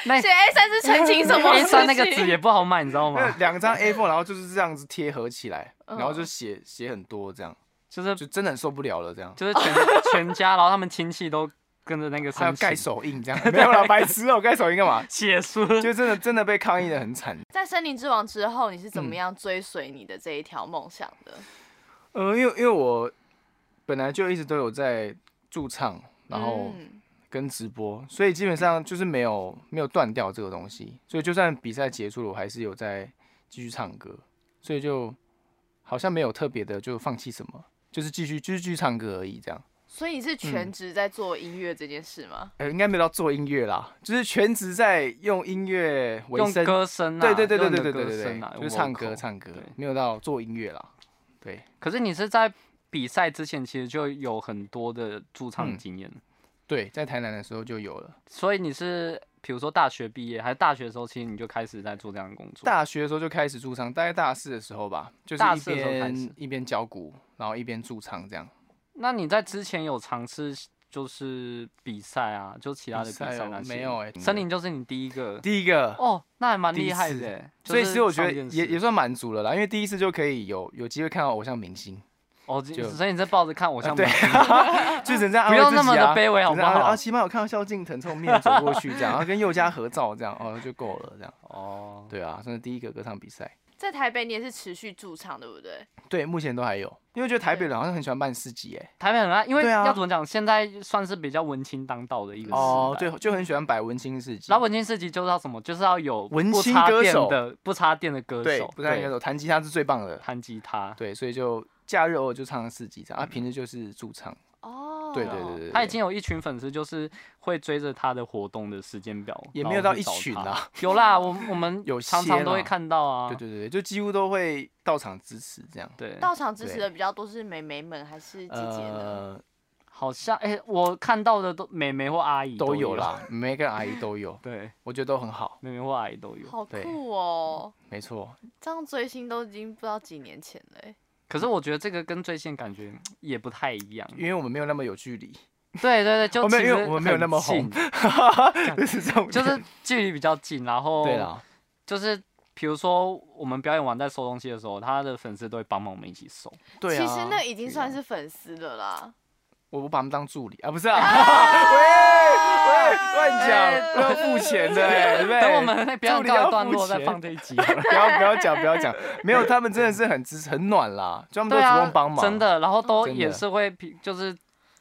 Speaker 3: 那
Speaker 2: 哎
Speaker 1: 写 A 三是澄清什么
Speaker 3: A
Speaker 1: 事
Speaker 3: 三
Speaker 1: 情？
Speaker 3: 那个纸也不好买，你知道
Speaker 2: 没 有
Speaker 3: 吗？
Speaker 2: 两张 A4，然后就是这样子贴合起来，
Speaker 1: 嗯
Speaker 2: 然后就写写很多这样，
Speaker 3: 就是
Speaker 2: 就真的很受不了了这样，
Speaker 3: 就是全全家，然后他们亲戚都跟着那个
Speaker 2: 还
Speaker 3: 申
Speaker 2: 要盖
Speaker 3: 请
Speaker 2: 手印这 样，没有啦，白痴哦，盖手印干嘛？
Speaker 3: 写书。
Speaker 2: 就真的真的被抗议的很惨。
Speaker 1: 在森林之王之后，你是怎
Speaker 2: 嗯
Speaker 1: 么样追随你的这一条梦想的？
Speaker 2: 呃，因为因为我本来就一直都有在驻唱，然后
Speaker 1: 嗯
Speaker 2: 跟直播，所以基本上就是没有没有断掉这个东西，所以就算比赛结束了，我还是有在继续唱歌，所以就好像没有特别的就放弃什么，就是继续就是继续唱歌而已这样。
Speaker 1: 所以你是全
Speaker 2: 嗯
Speaker 1: 职在做音乐这件事吗？
Speaker 2: 呃，应该没有到做音乐啦，就是全职在用音乐为
Speaker 3: 用
Speaker 2: 生。
Speaker 3: 歌声啊，
Speaker 2: 对对对对
Speaker 3: 用你的
Speaker 2: 对对对
Speaker 3: 歌
Speaker 2: 对
Speaker 3: 声
Speaker 2: 对
Speaker 3: 啊，
Speaker 2: 就
Speaker 3: 用
Speaker 2: 是唱
Speaker 3: vocal
Speaker 2: 歌唱歌
Speaker 3: 对，
Speaker 2: 没有到做音乐啦。对
Speaker 3: 可是你是在比赛之前，其实就有很多的驻唱
Speaker 2: 嗯
Speaker 3: 经验，
Speaker 2: 对，在台南的时候就有了，
Speaker 3: 所以你是比如说大学毕业还是大学的时候，其实你就开始在做这样的工作。
Speaker 2: 大学的时候就开始驻唱，大概大四的时候吧，就是
Speaker 3: 大
Speaker 2: 一
Speaker 3: 四的时候开始
Speaker 2: 边一边教鼓，然后一边驻唱这样。
Speaker 3: 那你在之前有尝试就是比赛啊，就其他的比
Speaker 2: 比
Speaker 3: 赛
Speaker 2: 赛哦
Speaker 3: 那些？嗯
Speaker 2: 没有欸
Speaker 3: 森林就是你第一个
Speaker 2: 第一个，
Speaker 3: 哦，那还蛮
Speaker 2: 第一
Speaker 3: 厉害
Speaker 2: 次
Speaker 3: 的欸。
Speaker 2: 所以其
Speaker 3: 就是
Speaker 2: 实我觉得
Speaker 3: 上电视
Speaker 2: 也也算满足了啦，因为第一次就可以有有机会看到偶像明星，
Speaker 3: 哦，
Speaker 2: 就呃
Speaker 3: 所以你在抱着看偶像
Speaker 2: 对
Speaker 3: 明星，
Speaker 2: 就只能这样安
Speaker 3: 不
Speaker 2: 慰
Speaker 3: 用
Speaker 2: 自
Speaker 3: 那
Speaker 2: 己
Speaker 3: 么的
Speaker 2: 啊
Speaker 3: 卑微好
Speaker 2: 只
Speaker 3: 不
Speaker 2: 能安慰
Speaker 3: 好
Speaker 2: 啊，？起码有看到萧敬腾从我面前走过去这样，然啊 后跟佑嘉合照这样，哦就够了这样。
Speaker 3: 哦，
Speaker 2: 对啊，算是第一个歌唱比赛。
Speaker 1: 在台北你也是持续驻唱，对不对？
Speaker 2: 对，目前都还有，因为我觉得台北人好像很喜欢办市集，哎，
Speaker 3: 台北很爱，因为
Speaker 2: 对啊
Speaker 3: 要怎么讲，现在算是比较文青当道的一个时代。
Speaker 2: 哦，对，就很喜欢摆文青市集
Speaker 3: 然。后文青市集就是要什么，就是要有
Speaker 2: 文
Speaker 3: 不
Speaker 2: 青
Speaker 3: 插
Speaker 2: 歌
Speaker 3: 电
Speaker 2: 手
Speaker 3: 的不插电的歌
Speaker 2: 对
Speaker 3: 手，，
Speaker 2: 不太应该
Speaker 3: 对
Speaker 2: 说弹吉他是最棒的。
Speaker 3: 弹吉他。
Speaker 2: 对，所以就假日偶尔就唱市集这样，啊，平时就是驻唱。
Speaker 1: 哦，
Speaker 2: 对对对对对，
Speaker 3: 他已经有一群粉丝，就是会追着他的活动的时间表，
Speaker 2: 也
Speaker 3: 然
Speaker 2: 没有
Speaker 3: 后
Speaker 2: 到
Speaker 3: 去
Speaker 2: 一
Speaker 3: 找
Speaker 2: 群啊
Speaker 3: 他
Speaker 2: 啦。
Speaker 3: 有啦，我我 们
Speaker 2: 有
Speaker 3: 常
Speaker 2: 些
Speaker 3: 常都会
Speaker 2: 啦
Speaker 3: 看到啊。
Speaker 2: 对对对，就几乎都会到场支持这样。
Speaker 3: 对
Speaker 1: 到场支持
Speaker 2: 对
Speaker 1: 的比较多是妹妹们还是姐姐呢？
Speaker 2: 呃，
Speaker 3: 好像哎、我看到的都妹妹或阿姨
Speaker 2: 都有
Speaker 3: 有。
Speaker 2: 啦，每个阿姨都 有，
Speaker 3: 对，
Speaker 2: 我觉得都很好。
Speaker 3: 妹妹或阿姨都有。
Speaker 1: 好
Speaker 2: 对
Speaker 1: 酷哦！
Speaker 2: 没错，
Speaker 1: 这样追星都已经不知道几年前了欸。
Speaker 3: 可是我觉得这个跟最线感觉也不太一样。
Speaker 2: 因为我们没有那么有距离，
Speaker 3: 对对对，就
Speaker 2: 我们
Speaker 3: 其
Speaker 2: 因
Speaker 3: 实
Speaker 2: 为我们没有
Speaker 3: 很
Speaker 2: 那么红
Speaker 3: 近，
Speaker 2: 就是这种，
Speaker 3: 就是距离比较近，然后
Speaker 2: 对啦，
Speaker 3: 就是比如说我们表演完在收东西的时候，他的粉丝都会帮忙我们一起收。
Speaker 2: 对啊。
Speaker 1: 其实那已经
Speaker 2: 对啊
Speaker 1: 算是粉丝了 啦。
Speaker 2: 我我把他们当助理啊，不是啊，喂喂，乱讲，不要付钱的、欸， 对不对？
Speaker 3: 哎等我们那表
Speaker 2: 助
Speaker 3: 演
Speaker 2: 理
Speaker 3: 告
Speaker 2: 要
Speaker 3: 一段
Speaker 2: 付
Speaker 3: 落再
Speaker 2: 钱
Speaker 3: 放这一集好 了。
Speaker 2: 不要不要讲不要讲，没有，他们
Speaker 3: 啊
Speaker 2: 真的是很支持很暖啦，就他们都主动帮忙，
Speaker 3: 真，的，然后都
Speaker 2: 真
Speaker 3: 也
Speaker 2: 的
Speaker 3: 是会，就是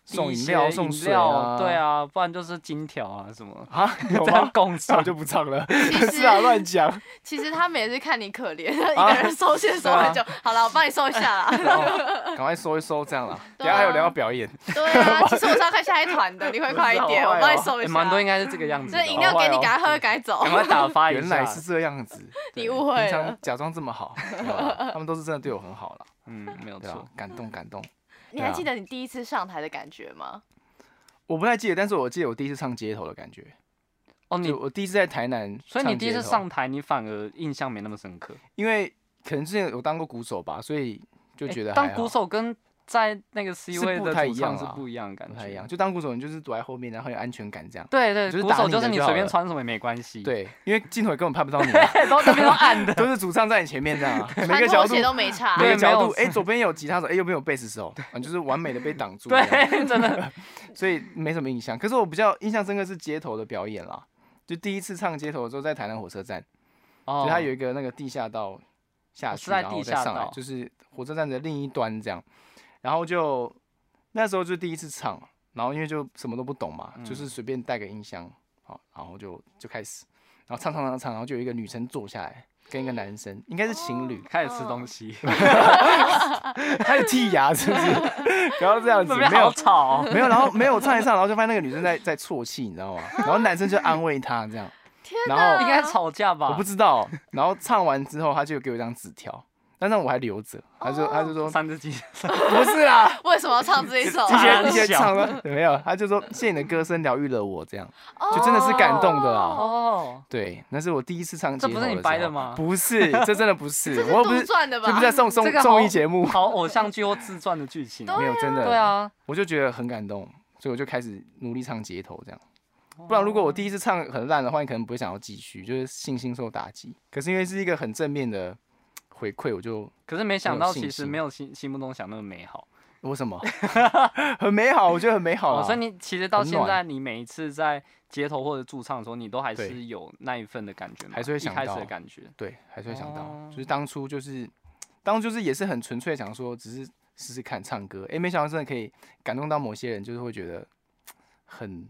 Speaker 2: 送
Speaker 3: 一
Speaker 2: 饮
Speaker 3: 些
Speaker 2: 料送
Speaker 3: 饮
Speaker 2: 水
Speaker 3: 料
Speaker 2: 啊
Speaker 3: 对啊，不然就是金条啊 什么，
Speaker 2: 啊，有
Speaker 3: 这样
Speaker 2: 吗？那
Speaker 3: 共
Speaker 2: 我
Speaker 3: 唱
Speaker 2: 就不唱了，
Speaker 1: 其
Speaker 2: 是啊，
Speaker 1: 实
Speaker 2: 乱讲。
Speaker 1: 其实他们也是看你可 怜，一
Speaker 2: 啊
Speaker 1: 个人收线收很久。好了，我帮你收一下啦。
Speaker 2: 然后赶快收一收，这样啦。等
Speaker 1: 对啊
Speaker 2: 一下还有聊到表演，
Speaker 1: 对啊，其实我是要看下一团的，你会快一点，
Speaker 2: 好坏哦
Speaker 1: 我帮你收一
Speaker 3: 欸
Speaker 1: 下。
Speaker 3: 蛮、多应该是这个样子的
Speaker 1: 这
Speaker 3: 哦，
Speaker 1: 饮料给你，赶快 喝，赶快走
Speaker 3: 赶。快打发一下。
Speaker 2: 原来是这样子，
Speaker 1: 你误会啊
Speaker 2: 平常
Speaker 1: 了，
Speaker 2: 假装这么好，对吧他们都是真的对我很好啦，
Speaker 3: 嗯， 没有
Speaker 2: 对啊
Speaker 3: 错，，
Speaker 2: 感动感动。
Speaker 1: 你还记得你第一次上台的感觉吗？
Speaker 2: 我不太记得，但是我记得我第一次唱街头的感觉，
Speaker 3: 哦你
Speaker 2: 就。我第一次在台南，
Speaker 3: 所以你第一次上，台，你反而印象没那么深刻。
Speaker 2: 因为可能之前有当过鼓手吧，所以就觉得
Speaker 3: 欸
Speaker 2: 还好
Speaker 3: 当鼓手跟在那个 C
Speaker 2: 是
Speaker 3: 位
Speaker 2: 不
Speaker 3: 的
Speaker 2: 太
Speaker 3: 主
Speaker 2: 一样
Speaker 3: 唱是
Speaker 2: 啦
Speaker 3: 不一样的感
Speaker 2: 不
Speaker 3: 觉，
Speaker 2: 太一样，。就当鼓手你就是躲在后面，然后很有安全感这样。
Speaker 3: 对对，
Speaker 2: 就是
Speaker 3: 鼓
Speaker 2: 打
Speaker 3: 手
Speaker 2: 你
Speaker 3: 就是
Speaker 2: 的
Speaker 3: 你
Speaker 2: 就
Speaker 3: 随
Speaker 2: 好
Speaker 3: 便
Speaker 2: 了
Speaker 3: 穿什么也没关系。，
Speaker 2: 对，因为镜头也根本拍不到你啊，
Speaker 3: 然后这边都 暗的。
Speaker 2: 都是主唱在你前面 这样啊，每
Speaker 1: 穿
Speaker 2: 个角
Speaker 1: 拖
Speaker 2: 度
Speaker 1: 鞋都没差。
Speaker 2: 每
Speaker 3: 对
Speaker 2: 个角
Speaker 3: 没
Speaker 2: 度
Speaker 3: 有，
Speaker 2: 哎、左边有吉他手，哎、右边有贝斯手，啊，就是完美的被挡 住。
Speaker 3: 对，，真的。
Speaker 2: 所以没什么印象。可是我比较印象深刻是街头的表演啦，就第一次唱街头的时候，在台南火车站，
Speaker 3: 哦
Speaker 2: 就它有一个那个地下道下去，
Speaker 3: 是在
Speaker 2: 然后
Speaker 3: 地
Speaker 2: 再
Speaker 3: 下
Speaker 2: 上来
Speaker 3: 道，
Speaker 2: 就是火车站的另一端这样。然后就那时候就第一次唱，然后因为就什么都不懂
Speaker 3: 嗯
Speaker 2: 嘛，就是随便带个音箱，好，然后就就开始，然后唱唱唱唱，然后就有一个女生坐下来。跟一个男生，应该是情侣，
Speaker 3: 开始吃东西，
Speaker 2: 哦 还有剔牙，是不 是？不要这 样子，
Speaker 3: 这
Speaker 2: 没
Speaker 3: 边
Speaker 2: 有
Speaker 3: 好吵哦。
Speaker 2: 没有，然后没有唱一唱，然后就发现那个女生在在啜泣，你知道吗？然后男生就安慰她这样，
Speaker 1: 天
Speaker 2: 然后
Speaker 3: 应该吵架吧？
Speaker 2: 我不知道，然后唱完之后他就给我一张纸条，但是我还留着，他
Speaker 3: 哦
Speaker 2: 就他就说
Speaker 3: 三只鸡，
Speaker 2: 不是啊，
Speaker 1: 为什么要唱这一首
Speaker 2: 一
Speaker 1: 啊？
Speaker 2: 些一些唱了没有，他就说谢谢你的歌声疗愈了我这样，就真的是感动的啦。
Speaker 3: 哦，
Speaker 2: 对，那是我第一一次唱街
Speaker 3: 这
Speaker 2: 头
Speaker 3: 不
Speaker 2: 的
Speaker 3: 是
Speaker 2: 时候。
Speaker 3: 你掰 的吗
Speaker 2: 不是，这真的不 是，
Speaker 1: 这
Speaker 2: 我又不
Speaker 1: 杜
Speaker 2: 是，
Speaker 1: 撰的吧？
Speaker 2: 这不是在送
Speaker 3: 这
Speaker 2: 送
Speaker 3: 个好
Speaker 2: 综艺节目，
Speaker 3: 好偶像剧或自传的剧情哦。
Speaker 2: 没有真的。
Speaker 3: 对，啊，
Speaker 2: 我就觉得很感动，所以我就开始努力唱街头这样。不然如
Speaker 3: 哦
Speaker 2: 果我第一次唱很烂的话，你可能不会想要继续，就是信心受打击。可是因为是一个很正面的回馈，我就
Speaker 3: 可是没想
Speaker 2: 有
Speaker 3: 到，
Speaker 2: 信
Speaker 3: 其实
Speaker 2: 心
Speaker 3: 没有心心目中想那么美好。
Speaker 2: 我什么 很美好，我觉得很美好啊
Speaker 3: 哦，
Speaker 2: 啦。
Speaker 3: 所以你其实到
Speaker 2: 很
Speaker 3: 现
Speaker 2: 暖
Speaker 3: 在，你每一次在街头或者驻唱的时候，你都还
Speaker 2: 对
Speaker 3: 是有那一份的感觉吗？
Speaker 2: 还是会
Speaker 3: 一
Speaker 2: 想
Speaker 3: 开始的
Speaker 2: 到
Speaker 3: 感觉。
Speaker 2: 对，还是会想到，
Speaker 3: 哦
Speaker 2: 就是当初就是当初就是也是很纯粹想说，只是试试看唱歌。诶，没想到真的可以感动到某些人，就是会觉得很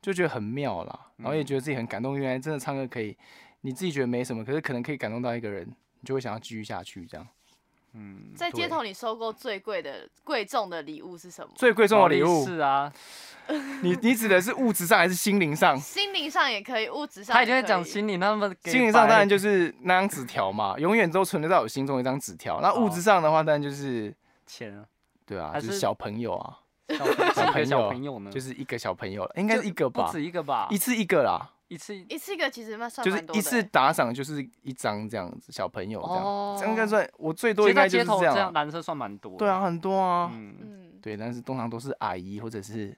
Speaker 2: 就觉得很妙啦，然后也觉得自己很感动。原来真的唱歌可以，你自己觉得没什么，可是可能可以感动到一个人，你就会想要继续下去这样。
Speaker 3: 嗯，
Speaker 1: 在街头你收过最贵的、贵重的礼物是什么？
Speaker 2: 最贵重的礼
Speaker 3: 劳力
Speaker 2: 物，
Speaker 3: 士啊，
Speaker 2: 你你指的是物质上还是心灵上？
Speaker 1: 心灵上也可以，物质上
Speaker 3: 他
Speaker 1: 也
Speaker 3: 一定会
Speaker 1: 可
Speaker 3: 讲
Speaker 1: 以
Speaker 3: 心理那么给白。
Speaker 2: 心灵上当然就是那张纸条嘛，永远都存留在我心中一张纸条。那物质上的话，当然就是
Speaker 3: 钱啊，
Speaker 2: 对啊，
Speaker 3: 还
Speaker 2: 就是
Speaker 3: 是
Speaker 2: 小朋友啊，
Speaker 3: 小朋友
Speaker 2: 小朋
Speaker 3: 几个
Speaker 2: 友
Speaker 3: 小朋友呢，
Speaker 2: 就是是一个小朋友了，应嗯该是一个吧
Speaker 3: 不，止一个吧，
Speaker 2: 一次一个啦，
Speaker 3: 一次
Speaker 1: 一次一个其实蛮算
Speaker 2: 就是
Speaker 1: 蛮多
Speaker 2: 一
Speaker 1: 的
Speaker 2: 次打赏就是一张这样子，小朋友这样，
Speaker 3: 欸哦
Speaker 2: 这样应该算我最
Speaker 3: 其
Speaker 2: 多
Speaker 3: 实
Speaker 2: 应
Speaker 3: 在
Speaker 2: 该就
Speaker 3: 街
Speaker 2: 是
Speaker 3: 头
Speaker 2: 这
Speaker 3: 这
Speaker 2: 样
Speaker 3: 样
Speaker 2: 啊，
Speaker 3: 男生算蛮多。
Speaker 2: 对啊，，很多啊，
Speaker 3: 嗯，
Speaker 1: 嗯，
Speaker 2: 对，但是通常都是阿姨或者是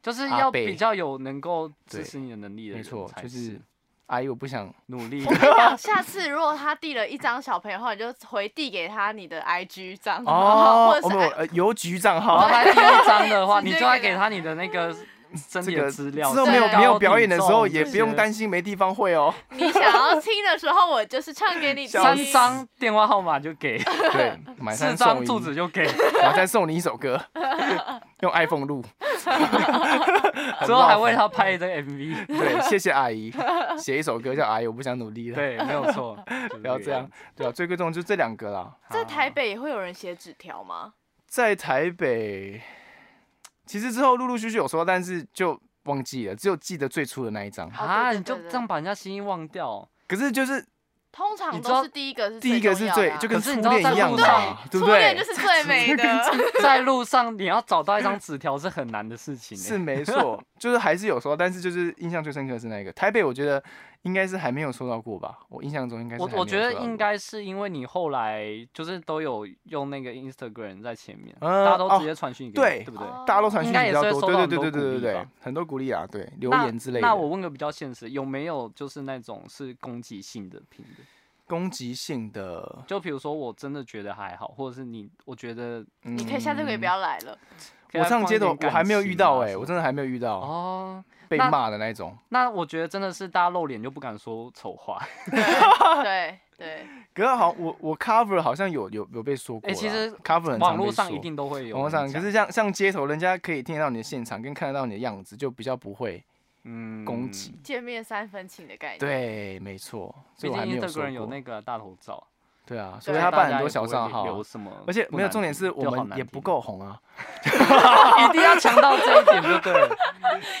Speaker 3: 就是
Speaker 2: 阿
Speaker 3: 要
Speaker 2: 伯
Speaker 3: 比较有能够
Speaker 2: 对
Speaker 3: 支持你的能力的
Speaker 2: 没
Speaker 3: 人才，
Speaker 2: 错，就是阿姨，我不 想
Speaker 3: 努力
Speaker 1: 我。跟你讲，下次如果他递了一张小朋友的话，你就回递给他你的 IG 账号，
Speaker 2: 哦
Speaker 1: 或，者
Speaker 2: 我
Speaker 1: 是
Speaker 2: 们有呃邮局账
Speaker 3: 然后
Speaker 2: 号。
Speaker 3: 他第一张 的话，
Speaker 1: 直
Speaker 3: 你
Speaker 1: 接
Speaker 3: 就要
Speaker 1: 给
Speaker 3: 给
Speaker 1: 他
Speaker 3: 他你的那个身
Speaker 2: 这
Speaker 3: 体
Speaker 2: 个
Speaker 3: 的
Speaker 2: 之
Speaker 3: 资料。
Speaker 2: 后没有
Speaker 1: 身
Speaker 3: 高
Speaker 2: 没有表演的时候，
Speaker 3: 体重
Speaker 2: 也
Speaker 3: 这
Speaker 2: 不用
Speaker 3: 些
Speaker 2: 担心没地方会哦。
Speaker 1: 你想要听的时候，我就是唱给你听。
Speaker 2: 三
Speaker 3: 三张电话号码就给，
Speaker 2: 对，买
Speaker 3: 四
Speaker 2: 三
Speaker 3: 张
Speaker 2: 送
Speaker 3: 住
Speaker 2: 一，
Speaker 3: 址就给，
Speaker 2: 然后再送你一首歌，用 iPhone 录，
Speaker 3: 之后还为他拍一个 MV。
Speaker 2: 对，谢谢阿 姨，写一首歌叫阿姨，我不想努力了。
Speaker 3: 对，没有错，
Speaker 2: 不要这
Speaker 1: 哦
Speaker 2: 样。，对啊，最贵重就这两个啦。
Speaker 1: 在台北也会有人写纸条吗？
Speaker 2: 在台北，其实之后陆陆续续有收到，但是就忘记了，只有记得最初的那一张。
Speaker 1: 哦
Speaker 3: 啊，
Speaker 1: 对对
Speaker 3: 你就
Speaker 1: 对对
Speaker 3: 这样把人家心意忘掉。
Speaker 2: 可是就是
Speaker 1: 通常
Speaker 3: 你知道
Speaker 1: 都是第一个是
Speaker 2: 第一个是最
Speaker 1: 最重要的啊
Speaker 2: 就跟
Speaker 3: 可是
Speaker 2: 初
Speaker 3: 你知道
Speaker 2: 恋一样
Speaker 3: 在
Speaker 2: 嘛
Speaker 3: 路，
Speaker 2: 对不
Speaker 1: 初恋就？
Speaker 2: 对
Speaker 1: 是最美 的。
Speaker 3: 在路上你要找到一张纸条是很难的事情、欸。
Speaker 2: 是没错，就是还是有收到，但是就是印象最深刻的是那个台北，我觉得应该是还没有收到过吧。我印象中应该是
Speaker 3: 我
Speaker 2: 还没有
Speaker 3: 我觉得
Speaker 2: 收到
Speaker 3: 应
Speaker 2: 过
Speaker 3: 该是因为你后来就是都有用那个 Instagram 在前面，
Speaker 2: 嗯
Speaker 3: 大家都
Speaker 2: 哦
Speaker 3: 直接传讯给你，
Speaker 2: 对
Speaker 3: 对不对？
Speaker 1: 哦
Speaker 2: 大家都传讯
Speaker 3: 应该
Speaker 2: 比
Speaker 3: 也
Speaker 2: 较
Speaker 3: 是
Speaker 2: 多，
Speaker 3: 会收
Speaker 2: 对
Speaker 3: 到
Speaker 2: 对对
Speaker 3: 很多
Speaker 2: 对对
Speaker 3: 鼓励
Speaker 2: 对对
Speaker 3: 吧，
Speaker 2: 很多鼓励啊，对留
Speaker 3: 那
Speaker 2: 言之类的。
Speaker 3: 那我问个比较现实，有没有就是那种是攻击性的评论？
Speaker 2: 攻击性的，
Speaker 3: 就比如说我真的觉得还好，或者是你我觉得
Speaker 2: 嗯
Speaker 1: 你可以下次可以不。要来了。
Speaker 3: 可以
Speaker 2: 我
Speaker 3: 再
Speaker 2: 上
Speaker 3: 放
Speaker 2: 街
Speaker 3: 一点
Speaker 2: 头我
Speaker 3: 感
Speaker 2: 还没有
Speaker 3: 情
Speaker 2: 遇到
Speaker 3: 啊
Speaker 2: 哎，
Speaker 3: 什
Speaker 2: 我
Speaker 3: 么
Speaker 2: 真的还没有遇到
Speaker 3: 哦，
Speaker 2: 被
Speaker 3: 那
Speaker 2: 骂的那一种。
Speaker 3: 那我觉得真的是大家露脸就不敢说丑话，
Speaker 2: 嗯
Speaker 1: 对，对对，
Speaker 2: 可是好，我我 cover 好像有有有被说过
Speaker 3: 哎
Speaker 2: 啦，
Speaker 3: 其实
Speaker 2: cover 很常
Speaker 3: 网
Speaker 2: 被
Speaker 3: 络上一
Speaker 2: 说
Speaker 3: 定都会有
Speaker 2: 网络
Speaker 3: 人
Speaker 2: 上，
Speaker 3: 讲。
Speaker 2: 可是像像街头，人家可以听得到你的现场，跟看得到你的样子，就比较不会
Speaker 3: 嗯
Speaker 2: 攻击。
Speaker 1: 见面三分情的概念。
Speaker 2: 对，没错，所
Speaker 3: 毕
Speaker 2: 以我还
Speaker 3: 竟
Speaker 2: 没有
Speaker 3: 英德
Speaker 2: 说
Speaker 3: 国人有
Speaker 2: 过。
Speaker 3: 那个大头照，
Speaker 2: 对啊，
Speaker 1: 对
Speaker 2: 所以他
Speaker 1: 大
Speaker 2: 办
Speaker 3: 家
Speaker 2: 很多
Speaker 3: 也
Speaker 2: 小
Speaker 3: 不会
Speaker 2: 账号
Speaker 3: 留
Speaker 2: 啊，
Speaker 3: 什么不难听，
Speaker 2: 而且没有重 点是
Speaker 3: 就
Speaker 2: 我
Speaker 3: 好
Speaker 2: 们
Speaker 3: 难
Speaker 2: 也不
Speaker 3: 听，
Speaker 2: 够红啊，
Speaker 3: 一定要强调这一点，就 对了。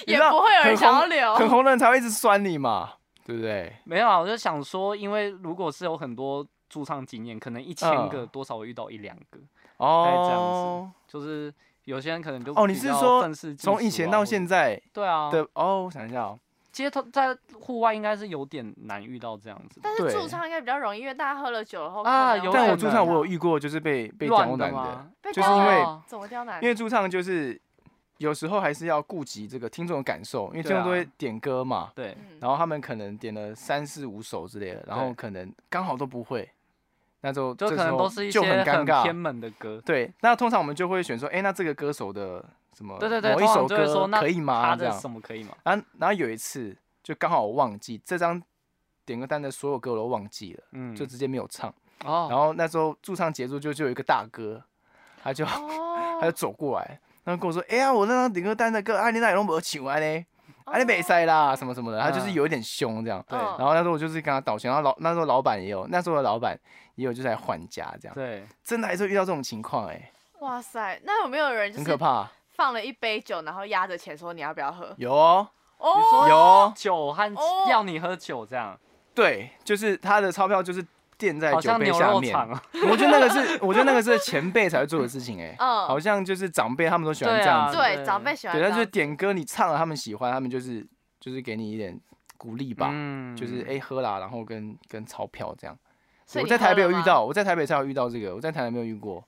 Speaker 2: 你
Speaker 1: 也
Speaker 2: 知道
Speaker 1: 不会有人
Speaker 2: 很
Speaker 1: 想要
Speaker 2: 红
Speaker 3: 哦
Speaker 1: 留
Speaker 2: 很红的人才会一直酸你嘛，对不对？
Speaker 3: 没有啊，我就想说，因为如果是有很多驻唱经验，可能一千
Speaker 2: 嗯
Speaker 3: 个多少会遇到一两个，哎这样子
Speaker 2: 哦，
Speaker 3: 就是有些人可能就
Speaker 2: 哦你
Speaker 3: 比
Speaker 2: 是
Speaker 3: 较
Speaker 2: 说
Speaker 3: 愤世嫉
Speaker 2: 从以
Speaker 3: 俗
Speaker 2: 前
Speaker 3: 啊
Speaker 2: 到
Speaker 3: 或者
Speaker 2: 现在
Speaker 3: 对啊，
Speaker 2: 的哦，我想一下哦，
Speaker 3: 街头在户外应该是有点难遇到这样子的，
Speaker 1: 但是驻
Speaker 2: 对
Speaker 1: 唱应该比较容易，因为大家喝了酒然后
Speaker 3: 啊
Speaker 1: 可能
Speaker 3: 有
Speaker 1: 会
Speaker 2: 但我
Speaker 3: 可
Speaker 2: 驻
Speaker 3: 能
Speaker 2: 唱我有遇过，就是被被
Speaker 3: 乱
Speaker 2: 刁难的，
Speaker 3: 吗？
Speaker 1: 被
Speaker 2: 就是
Speaker 1: 刁
Speaker 2: 因
Speaker 1: 难
Speaker 2: 为
Speaker 3: 哦
Speaker 1: 怎么刁难？
Speaker 2: 因为驻唱就是有时候还是要顾及这个听众的感受，因为
Speaker 3: 对
Speaker 2: 听众都
Speaker 3: 啊
Speaker 2: 会点歌嘛，
Speaker 3: 对，
Speaker 1: 嗯
Speaker 2: 然后他们可能点了三四五首之类的，然后
Speaker 3: 对
Speaker 2: 可能刚好都不会，那就
Speaker 3: 就
Speaker 2: 这
Speaker 3: 可
Speaker 2: 时
Speaker 3: 能
Speaker 2: 候
Speaker 3: 都是一些
Speaker 2: 就很尴
Speaker 3: 偏
Speaker 2: 尬。
Speaker 3: 门的歌，
Speaker 2: 对，那通常我们就会选说，哎，那这个歌手的什么
Speaker 3: 对对对
Speaker 2: 某一
Speaker 3: 通常
Speaker 2: 首
Speaker 3: 就会
Speaker 2: 歌
Speaker 3: 说那
Speaker 2: 可以吗？
Speaker 3: 他
Speaker 2: 啊这
Speaker 3: 的
Speaker 2: 样。
Speaker 3: 什么可以吗？
Speaker 2: 然后然后有一次就刚好我忘记这张点歌单的所有歌我都忘记了，
Speaker 3: 嗯，
Speaker 2: 就直接没有唱。然
Speaker 3: 哦，
Speaker 2: 后那时候驻唱结束就就有一个大哥，他就 他就
Speaker 1: 哦，
Speaker 2: 走过来，然后跟我说，哎呀，我那张点歌单的歌，啊，你哪里都没有唱啊嘞？啊，你
Speaker 1: 哦
Speaker 2: 没塞啦，什么什么的，他就是
Speaker 3: 嗯
Speaker 2: 有一点凶这样。
Speaker 3: 对
Speaker 1: 嗯
Speaker 2: 然后那时候我就是跟他道歉，然后老那时候老板也有，那时候的老板也有就是来还价这样，
Speaker 3: 对，
Speaker 2: 真的还是会遇到这种情况哎、
Speaker 1: 哇塞，那有没有人就
Speaker 2: 很可
Speaker 1: 是
Speaker 2: 怕、
Speaker 1: 放了一杯酒，然后压着钱说你要不要喝？
Speaker 2: 有哦，
Speaker 1: 哦，
Speaker 2: 有哦，
Speaker 3: 酒和
Speaker 1: 哦
Speaker 3: 要你喝酒这样，
Speaker 2: 对，就是他的钞票就是垫在
Speaker 3: 好
Speaker 2: 酒
Speaker 3: 像
Speaker 2: 杯
Speaker 3: 牛
Speaker 2: 下
Speaker 3: 肉
Speaker 2: 面。
Speaker 3: 肠啊，
Speaker 2: 我觉得那个是， 我觉得那个是前辈才会做的事情哎、
Speaker 1: 嗯
Speaker 2: 好像就是长辈他们都喜欢
Speaker 3: 对
Speaker 2: 这样
Speaker 3: 啊
Speaker 2: 子。
Speaker 1: 对，
Speaker 3: 对
Speaker 1: 长辈喜欢
Speaker 2: 对，
Speaker 1: 这
Speaker 2: 但
Speaker 1: 样
Speaker 2: 就是
Speaker 1: 子。
Speaker 2: 点歌你唱了，他们喜欢，他们就是就是给你一点鼓励吧，
Speaker 3: 嗯
Speaker 2: 就是哎、喝啦，然后跟跟钞票这样。
Speaker 1: 所以
Speaker 2: 我
Speaker 1: 你
Speaker 2: 在台
Speaker 1: 喝
Speaker 2: 北
Speaker 1: 了
Speaker 2: 有遇
Speaker 1: 吗，
Speaker 2: 到，我在台北才有遇到这个，我在台南没有遇过，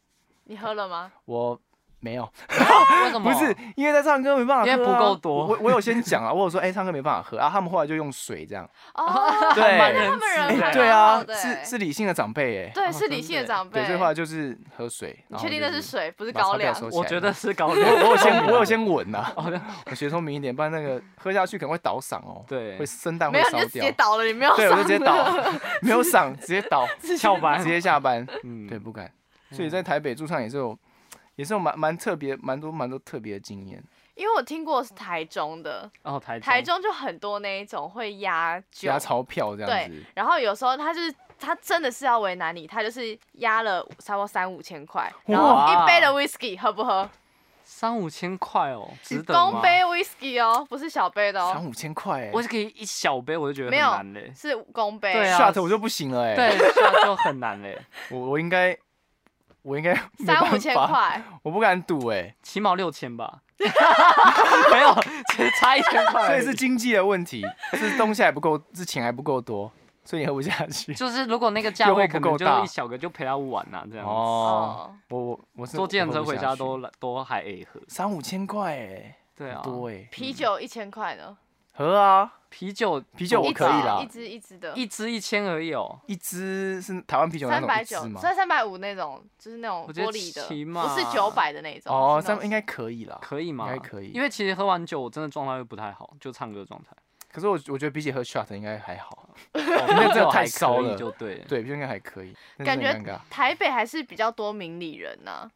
Speaker 1: 你喝了吗？
Speaker 2: 我没有。
Speaker 3: 为什么？
Speaker 2: 不是，因为在唱歌没办法喝啊、
Speaker 3: 因为不够多
Speaker 2: 我我我有先讲啊，我有说哎、唱歌没办法喝啊，他们后来就用水 这样。
Speaker 1: 哦，
Speaker 2: 对
Speaker 3: 蛮
Speaker 1: 他
Speaker 3: 仁
Speaker 1: 们
Speaker 3: 慈
Speaker 1: 人
Speaker 2: 哎、
Speaker 1: 还蛮
Speaker 2: 对
Speaker 1: 好
Speaker 2: 啊，
Speaker 1: 的
Speaker 2: 是
Speaker 1: 欸
Speaker 2: 是理性的长辈哎、
Speaker 1: 对，
Speaker 3: 哦
Speaker 1: 是
Speaker 3: 真
Speaker 1: 理
Speaker 3: 的
Speaker 1: 性的
Speaker 3: 欸
Speaker 1: 长辈。
Speaker 2: 对，所以后来哦就是喝水。
Speaker 1: 你
Speaker 2: 然
Speaker 1: 确
Speaker 2: 后
Speaker 1: 定
Speaker 2: 就
Speaker 1: 那是水，不是
Speaker 2: 把钞
Speaker 1: 高
Speaker 2: 票
Speaker 1: 粱？
Speaker 2: 收起
Speaker 3: 我
Speaker 2: 来
Speaker 3: 觉
Speaker 2: 嘛
Speaker 3: 得是高
Speaker 2: 我
Speaker 3: 粱，
Speaker 2: 我有 先我有先闻呐、
Speaker 3: 哦
Speaker 2: 我学聪明一点，不然那个喝下去可能会倒嗓哦，
Speaker 3: 对
Speaker 2: 会，生蛋
Speaker 1: 没有，
Speaker 2: 会
Speaker 1: 你
Speaker 2: 烧
Speaker 1: 就直接
Speaker 2: 掉。
Speaker 1: 倒了，你没有
Speaker 2: 对，我就直接
Speaker 1: 嗓
Speaker 2: 倒
Speaker 1: 了，
Speaker 2: 没有嗓，直接 倒，
Speaker 3: 翘班
Speaker 2: 直，接下班。
Speaker 3: 嗯
Speaker 2: 对，不敢。所以在台北驻唱也是有，也是有蛮蛮特别、蛮多蛮多特别的经验。
Speaker 1: 因为我听过是台中的，
Speaker 3: 哦，台
Speaker 1: 台
Speaker 3: 中
Speaker 1: 中就很多那一种会压酒，
Speaker 2: 加钞票这样子，
Speaker 1: 然后有时候他就是他真的是要为难你，他就是压了差不多三五千块，然后
Speaker 3: 哇
Speaker 1: 一杯的 whisky 喝不喝？
Speaker 3: 三五千块哦，值得吗
Speaker 1: 公？杯 whisky 哦，不是小杯的
Speaker 2: 三
Speaker 1: 哦，
Speaker 2: 五千块、欸，
Speaker 3: 我是可以一小杯，我就觉得
Speaker 1: 没
Speaker 3: 很
Speaker 1: 有
Speaker 3: 难嘞。
Speaker 1: 是公杯。
Speaker 3: 对啊
Speaker 2: shot 我就不行了哎、
Speaker 3: 对，下就很难嘞，
Speaker 2: 我我应该，我应该没
Speaker 1: 三五
Speaker 2: 办
Speaker 1: 千
Speaker 2: 法，
Speaker 1: 块，
Speaker 2: 我不敢赌哎、
Speaker 3: 起码六千吧。 没有，其实差一千块
Speaker 2: 所
Speaker 3: 而已。
Speaker 2: 以是经济的问题，是东西还不够，是钱还不够多，所以你喝不下去。
Speaker 3: 就是如果那个价位可
Speaker 2: 诱惑
Speaker 3: 能
Speaker 2: 不够
Speaker 3: 就是
Speaker 2: 大
Speaker 3: 一小个，就陪他玩呐、啊，这样子。
Speaker 2: 哦，
Speaker 1: 哦，
Speaker 2: 我我我是
Speaker 3: 坐计程车回家
Speaker 2: 我喝不下去
Speaker 3: 都来都还 A 喝。
Speaker 2: 三五千块哎、
Speaker 3: 对
Speaker 2: 欸，
Speaker 3: 啊，
Speaker 2: 多哎、欸，
Speaker 1: 啤酒一千块呢，
Speaker 2: 喝啊，
Speaker 3: 啤酒
Speaker 2: 啤酒我
Speaker 1: 一
Speaker 2: 可以
Speaker 1: 支
Speaker 2: 啦
Speaker 1: 一，支一支的，
Speaker 3: 一支一千而已哦。
Speaker 2: 一支是台湾啤酒那
Speaker 1: 三
Speaker 2: 种
Speaker 1: 百
Speaker 2: 一支
Speaker 1: 九，
Speaker 2: 吗？
Speaker 1: 算三百五那种，就是那种
Speaker 3: 我觉得
Speaker 1: 玻璃的，
Speaker 3: 起
Speaker 1: 不是
Speaker 3: 码
Speaker 1: 九百的那种。
Speaker 2: 哦，
Speaker 1: 是那
Speaker 2: 三
Speaker 1: 种
Speaker 2: 应该可以啦。
Speaker 3: 可以吗？
Speaker 2: 应该可以
Speaker 3: 因为其实喝完酒我真的状态会不太好，就唱歌的状态。
Speaker 2: 可是我我觉得比起喝 shot 应该还好，
Speaker 3: 哦
Speaker 2: 那
Speaker 3: 那
Speaker 2: 这个太烧
Speaker 3: 骚
Speaker 2: 了
Speaker 3: 就对了。
Speaker 2: 对，啤酒应该还可以。但
Speaker 1: 感
Speaker 2: 是
Speaker 1: 觉
Speaker 2: 很尴尬，
Speaker 1: 台北还是比较多明理人呐、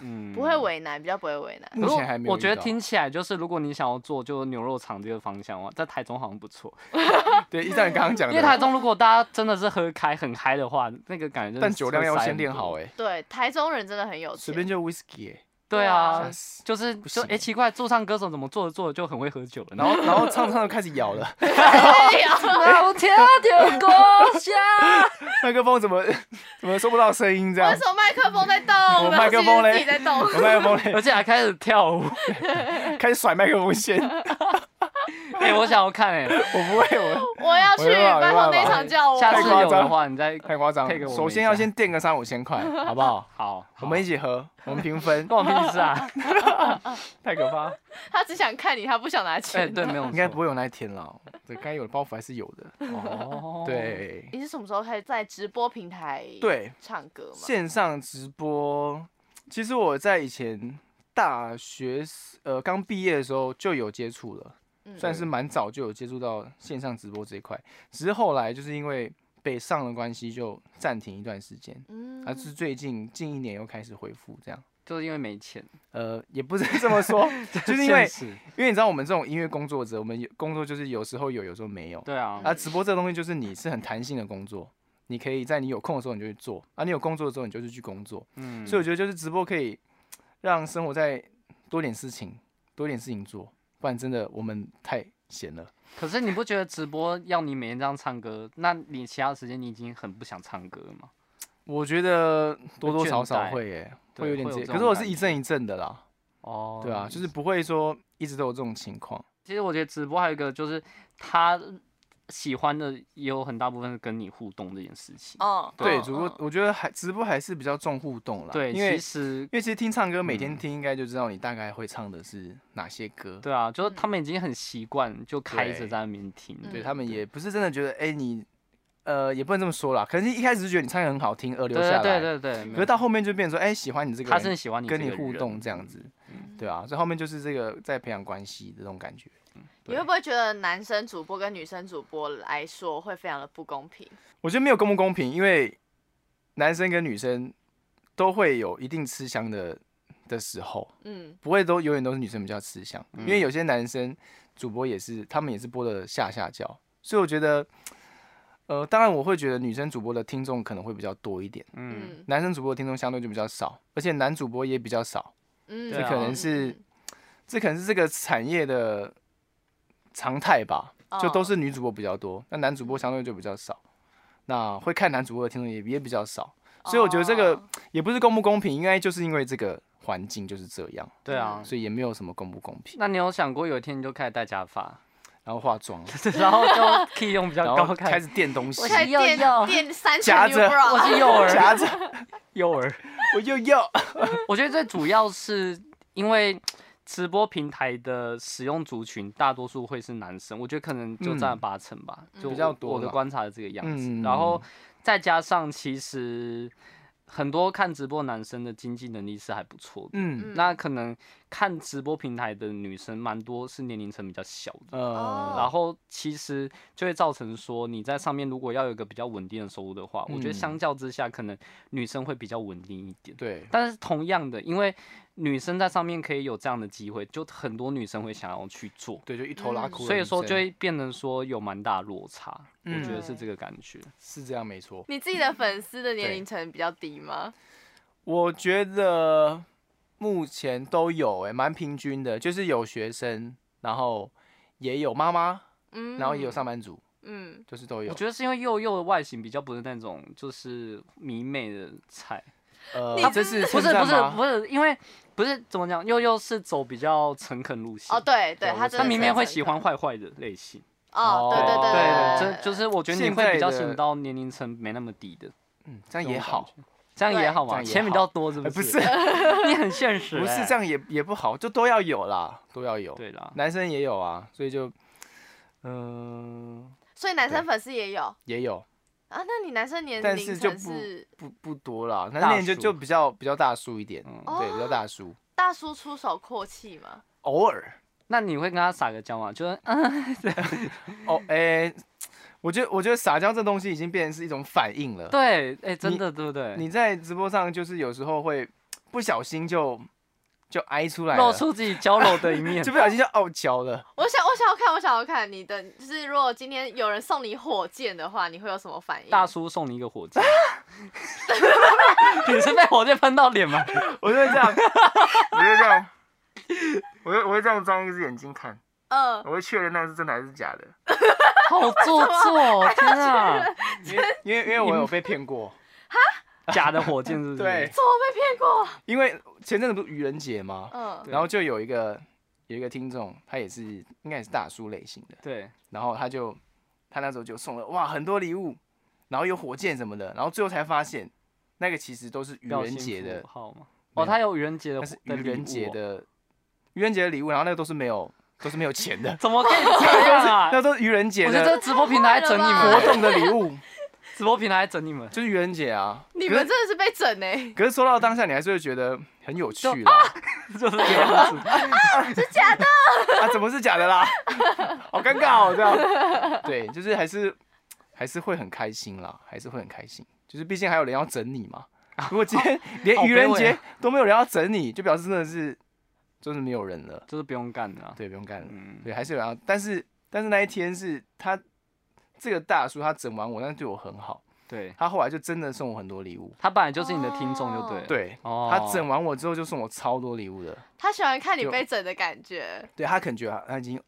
Speaker 3: 嗯，
Speaker 1: 不会为难，比较不会为难。
Speaker 2: 目前还没有遇到。
Speaker 3: 我觉得听起来就是，如果你想要做就牛肉肠这个方向的话，在台中好像不错。
Speaker 2: 呃对，依照你刚刚讲
Speaker 3: 因为台
Speaker 2: 的，
Speaker 3: 中如果大家真的是喝开很嗨的话，那个感觉真的
Speaker 2: 但酒量要先练好
Speaker 3: 哎。
Speaker 2: 哎，
Speaker 1: 对，台中人真的很有
Speaker 2: 随
Speaker 1: 钱。
Speaker 2: 便就 whisky 哎，
Speaker 3: 对
Speaker 1: 对
Speaker 3: 啊
Speaker 2: 吓，死
Speaker 3: 就是
Speaker 2: 不
Speaker 3: 就
Speaker 2: 行
Speaker 3: 哎、奇怪，驻唱歌手怎么做着做着就很会喝酒了？
Speaker 2: 然
Speaker 3: 后
Speaker 2: 后然后唱唱就开始咬了，
Speaker 1: 哎
Speaker 3: 老天的多香，
Speaker 2: 麦克风怎么 怎么收不到声音这样
Speaker 1: 为什？么麦克风在动？
Speaker 2: 我麦克风嘞
Speaker 1: 自己在 动。
Speaker 2: 我麦克风嘞
Speaker 3: 而且还开始 跳舞。
Speaker 2: 开始甩麦克风线，
Speaker 3: 哎、我想要看哎、
Speaker 2: 我不会，我
Speaker 1: 我要去，
Speaker 2: 我没办
Speaker 1: 拜托
Speaker 2: 法没
Speaker 1: 那
Speaker 2: 办法
Speaker 1: 场叫我。
Speaker 3: 下次
Speaker 2: 太夸
Speaker 3: 有
Speaker 2: 张
Speaker 3: 的话，你再
Speaker 2: 太夸张
Speaker 3: 配给
Speaker 2: 了。
Speaker 3: 我
Speaker 2: 首
Speaker 3: 们
Speaker 2: 先
Speaker 3: 一
Speaker 2: 要
Speaker 3: 下
Speaker 2: 先垫个三五千块，好不好？
Speaker 3: 好，
Speaker 2: 我们一
Speaker 3: 起
Speaker 2: 起喝，我们平 分，
Speaker 3: 关我屁事啊！
Speaker 2: 太可怕。
Speaker 1: 他只想看你，他不想拿
Speaker 3: 哎、
Speaker 1: 钱。
Speaker 3: 对，没有错，
Speaker 2: 应该不会有那一天了，对，该有的包袱还是有的。
Speaker 3: 哦，
Speaker 2: 对
Speaker 1: 你是什么时候开始在直播平台
Speaker 2: 对，
Speaker 1: 唱歌吗？
Speaker 2: 线上直播，其实我在以前大学时呃刚毕业的时候就有接触了，
Speaker 1: 嗯
Speaker 2: 算是蛮早就有接触到线上直播这一块。只是后来就是因为北上的关系就暂停一段时间，
Speaker 1: 嗯，
Speaker 2: 啊，是最近近一年又开始恢复这样。
Speaker 3: 就是因为 没钱，
Speaker 2: 呃，也不是这么 说，就是因为
Speaker 3: 现实
Speaker 2: 因为你知道我们这种音乐工作者，我们有工作就是有时候有，有时候没有。
Speaker 3: 对啊，
Speaker 2: 啊，直播这个东西就是你是很弹性的工作，你可以在你有空的时候你就去做，啊，你有工作的时候你就是去工作。
Speaker 3: 嗯，
Speaker 2: 所以我觉得就是直播可以让生活再多点事情，多点事情做，不然真的我们太闲了。
Speaker 3: 可是你不觉得直播要你每天这样唱歌，那你其他时间你已经很不想唱歌了吗？
Speaker 2: 我觉得多多
Speaker 3: 倦
Speaker 2: 少少
Speaker 3: 怠
Speaker 2: 会耶、
Speaker 3: 对
Speaker 2: 会有点
Speaker 3: 会有
Speaker 2: 这，可
Speaker 3: 这
Speaker 2: 是
Speaker 3: 种
Speaker 2: 我是
Speaker 3: 感
Speaker 2: 一阵一阵的啦，
Speaker 3: 哦
Speaker 2: 对啊，就是不会说一直都有这种情况。
Speaker 3: 其实我觉得直播还有一个就是他喜欢的也有很大部分是跟你互动这件事情。
Speaker 1: 哦，
Speaker 2: 对，
Speaker 1: 嗯
Speaker 2: 只不过我觉得还直播还是比较重互动啦，
Speaker 3: 啊对，
Speaker 2: 因为
Speaker 3: 其实嗯
Speaker 2: 因为其实听唱歌每天听，应该就知道你大概会唱的是哪些歌。
Speaker 3: 对啊，就是他们已经很习惯就开着
Speaker 2: 对
Speaker 3: 在那边听，
Speaker 1: 嗯
Speaker 2: 对他们也不是真的觉得，哎、你呃也不能这么说啦，可能一开始就觉得你唱的很好听而
Speaker 3: 对
Speaker 2: 留下来，
Speaker 3: 对对对
Speaker 2: 可是
Speaker 3: 对，
Speaker 2: 到后面就变成说，哎、喜欢你这个
Speaker 3: 他是很
Speaker 2: 人，
Speaker 3: 喜欢你
Speaker 2: 跟
Speaker 3: 这
Speaker 2: 你
Speaker 3: 个
Speaker 2: 互
Speaker 3: 人嗯
Speaker 2: 动这样子，对啊，所以后面就是这个在培养关系的这种感觉。
Speaker 1: 你会不会觉得男生主播跟女生主播来说会非常的不公平？
Speaker 2: 我觉得没有公不公平，因为男生跟女生都会有一定吃香的的时候，
Speaker 1: 嗯，
Speaker 2: 不会都永远都是女生比较吃香，
Speaker 3: 嗯
Speaker 2: 因为有些男生主播也是，他们也是播的下下教，所以我觉得，呃，当然我会觉得女生主播的听众可能会比较多一点，
Speaker 3: 嗯，
Speaker 1: 嗯
Speaker 2: 男生主播的听众相对就比较少，而且男主播也比较少，
Speaker 1: 嗯，
Speaker 2: 啊
Speaker 3: 这可能
Speaker 2: 是这可能是这个产业的常态吧，
Speaker 1: 哦嗯
Speaker 2: 就都是女主播比较多，那男主播相对就比较少，那会看男主播的听众也也比较少，所以我觉得这个
Speaker 1: 哦
Speaker 2: 也不是公不公平，应该就是因为这个环境就是这样，
Speaker 3: 对啊。
Speaker 2: 所以也没有什么公不公平，
Speaker 3: 那你有想过有一天你就开始戴假发，
Speaker 2: 然后化妆。
Speaker 3: 然后就可以用比较
Speaker 2: 然
Speaker 3: 高
Speaker 2: 后
Speaker 3: 开
Speaker 2: 开始垫东西
Speaker 1: 我，才
Speaker 3: 又
Speaker 1: 垫
Speaker 3: 要
Speaker 1: 垫三层
Speaker 2: 夹
Speaker 1: new
Speaker 2: 着
Speaker 1: bra，
Speaker 3: 我是幼儿，
Speaker 2: 夹着
Speaker 3: 幼儿。
Speaker 2: 我又要。
Speaker 3: 我觉得最主要是因为直播平台的使用族群大多数会是男生，我觉得可能就占了
Speaker 2: 嗯
Speaker 3: 八成吧，就
Speaker 2: 比较
Speaker 3: 我
Speaker 2: 多
Speaker 3: 我的
Speaker 2: 啦
Speaker 3: 观察的这个样子。
Speaker 2: 嗯
Speaker 3: 然后再加上其实很多看直播男生的经济能力是还不错的。
Speaker 2: 嗯，
Speaker 3: 那可能看直播平台的女生蛮多是年龄层比较小的，
Speaker 1: 哦
Speaker 2: 呃，
Speaker 3: 然后其实就会造成说你在上面如果要有一个比较稳定的收入的话，我觉得
Speaker 2: 嗯
Speaker 3: 相较之下可能女生会比较稳定一点。
Speaker 2: 对，
Speaker 3: 但是同样的，因为女生在上面可以有这样的机会，就很多女生会想要去做，
Speaker 2: 对，就一头拉哭的女生。
Speaker 3: 嗯所以说就会变成说有蛮大的落差，我
Speaker 2: 嗯
Speaker 3: 觉得是这个感觉。
Speaker 2: 是这样，没错。
Speaker 1: 你自己的粉丝的年
Speaker 2: 对
Speaker 1: 龄层比较低吗？
Speaker 2: 我觉得目前都有、欸，哎，蛮平均的，就是有学生，然后也有妈妈，
Speaker 1: 嗯，
Speaker 2: 然后也有上班族，
Speaker 1: 嗯，
Speaker 2: 就是都
Speaker 3: 我
Speaker 2: 有。
Speaker 3: 觉得是因为佑佑的外形比较不是那种就是迷妹的菜，
Speaker 2: 呃
Speaker 1: 你，
Speaker 2: 这 是称
Speaker 3: 不是不
Speaker 2: 赞
Speaker 3: 是
Speaker 2: 吗？
Speaker 3: 不是，因为不是怎么讲，佑佑是走比较诚恳路线，
Speaker 1: 哦，对对，
Speaker 2: 对
Speaker 1: 他
Speaker 2: 我
Speaker 1: 真
Speaker 3: 他
Speaker 1: 的
Speaker 2: 是
Speaker 3: 明
Speaker 1: 非
Speaker 3: 明
Speaker 1: 常
Speaker 3: 会
Speaker 1: 诚
Speaker 3: 喜
Speaker 1: 恳
Speaker 3: 欢坏坏的类型，
Speaker 1: 哦，对对
Speaker 2: 哦
Speaker 1: 对
Speaker 3: 对，就就是我觉得你
Speaker 2: 现
Speaker 3: 会比较
Speaker 2: 在的
Speaker 3: 吸引到年龄层没那么低的，
Speaker 2: 嗯，这样也好，
Speaker 3: 这样也
Speaker 1: 对
Speaker 3: 好
Speaker 2: 这
Speaker 3: 嘛，
Speaker 2: 样也
Speaker 3: 钱比
Speaker 2: 好
Speaker 3: 较多是
Speaker 2: 哎，
Speaker 3: 不
Speaker 2: 不
Speaker 3: 是
Speaker 2: 是？
Speaker 3: 你很现实、
Speaker 2: 不是
Speaker 3: 哎
Speaker 2: 这样也也不好，就都要有啦，都要有。
Speaker 3: 对啦，
Speaker 2: 男生也有啊，所以就，嗯、
Speaker 1: 所以男生
Speaker 2: 对
Speaker 1: 粉丝也有
Speaker 2: 也有，
Speaker 1: 啊。那你男生年
Speaker 2: 但
Speaker 1: 龄
Speaker 2: 是就
Speaker 1: 层
Speaker 2: 不
Speaker 1: 是
Speaker 2: 不不多啦，男
Speaker 3: 大
Speaker 2: 生恋就
Speaker 3: 叔
Speaker 2: 就比较比较大叔一点，
Speaker 3: 嗯，
Speaker 1: 哦
Speaker 2: 对，比较大叔，
Speaker 1: 大叔出手阔气吗？
Speaker 2: 偶尔
Speaker 3: 那你会跟他撒个娇吗？就是嗯
Speaker 2: 哦，哎、我觉得我觉得撒娇这东西已经变成是一种反应了。
Speaker 3: 对，哎、真
Speaker 2: 你
Speaker 3: 的对不对？
Speaker 2: 你在直播上就是有时候会不小心就就挨出来
Speaker 3: 露
Speaker 2: 了，
Speaker 3: 出自己娇柔的一面
Speaker 2: 就，不小心就傲娇了。
Speaker 1: 我想，我想要看，我想要看你的，就是如果今天有人送你火箭的话，你会有什么反应？
Speaker 3: 大叔送你一个火箭， 你是被火箭喷到脸吗？
Speaker 2: 我就会这样，我就这样，我就我会这样张一只眼睛看，
Speaker 1: 嗯，
Speaker 2: 我会确认那是真的还是假的，
Speaker 3: 好做作，天啊！
Speaker 2: 因为因为因为我有被骗过，
Speaker 3: 假的火箭是不 是？
Speaker 2: 对，，
Speaker 1: 怎么被骗过？
Speaker 2: 因为前阵子不是愚人节吗？
Speaker 3: 哦
Speaker 1: 嗯，
Speaker 2: 然后就有一个有一个听众，他也是应该也是大叔类型的，
Speaker 3: 对，
Speaker 2: 然后他就他那时候就送了哇很多礼物，然后有火箭什么的，然后最后才发现那个其实都是愚
Speaker 3: 表
Speaker 2: 人
Speaker 3: 情
Speaker 2: 节的
Speaker 3: 符，号嘛。
Speaker 2: 没
Speaker 3: 哦，
Speaker 2: 有
Speaker 3: 他有愚人节的
Speaker 2: 那
Speaker 3: 火，
Speaker 2: 是愚
Speaker 3: 的礼
Speaker 2: 人节
Speaker 3: 物哦，，
Speaker 2: 的愚人节的礼物，然后那个都是没有都是没有钱的
Speaker 3: 怎么可以这样啊？
Speaker 2: 那都是愚人节
Speaker 3: 我觉得这
Speaker 2: 的
Speaker 3: 直播平台在整你
Speaker 1: 太
Speaker 2: 活
Speaker 1: 坏
Speaker 3: 们，啊
Speaker 2: 动的礼物，
Speaker 3: 直播平台在整 你们，
Speaker 2: 就是愚人节 啊。
Speaker 1: 你
Speaker 2: 可
Speaker 1: 们
Speaker 2: 是
Speaker 1: 真的是被整哎、
Speaker 2: 可是说到当下，你还是会觉得很有趣
Speaker 3: 就
Speaker 2: 啦。
Speaker 3: 就是这样
Speaker 2: 啊
Speaker 3: 子。
Speaker 2: 啊，怎么是假的啦？好尴尬哦，这样。对，就是还是还是会很开心啦，还是会很开心。就是毕竟还有人要整你嘛。如果今天连
Speaker 3: 好
Speaker 2: 愚
Speaker 3: 卑
Speaker 2: 人
Speaker 3: 微啊
Speaker 2: 节都没有人要整你，就表示真的是就是没有人了。
Speaker 3: 就是不用干的、啊。
Speaker 2: 对，不用干了。
Speaker 3: 嗯，
Speaker 2: 对，还是有人要。但是但是那一天是他这个大叔他整完我，但是对我很好。
Speaker 3: 对，
Speaker 2: 他后来就真的送我很多礼物。
Speaker 3: 他本来就是你的听众就对了。，
Speaker 2: 对，
Speaker 3: 哦，
Speaker 2: 他整完我之后就送我超多礼物的。
Speaker 1: 他喜欢看你
Speaker 2: 就
Speaker 1: 被整的感觉，
Speaker 2: 对他可能觉得他已经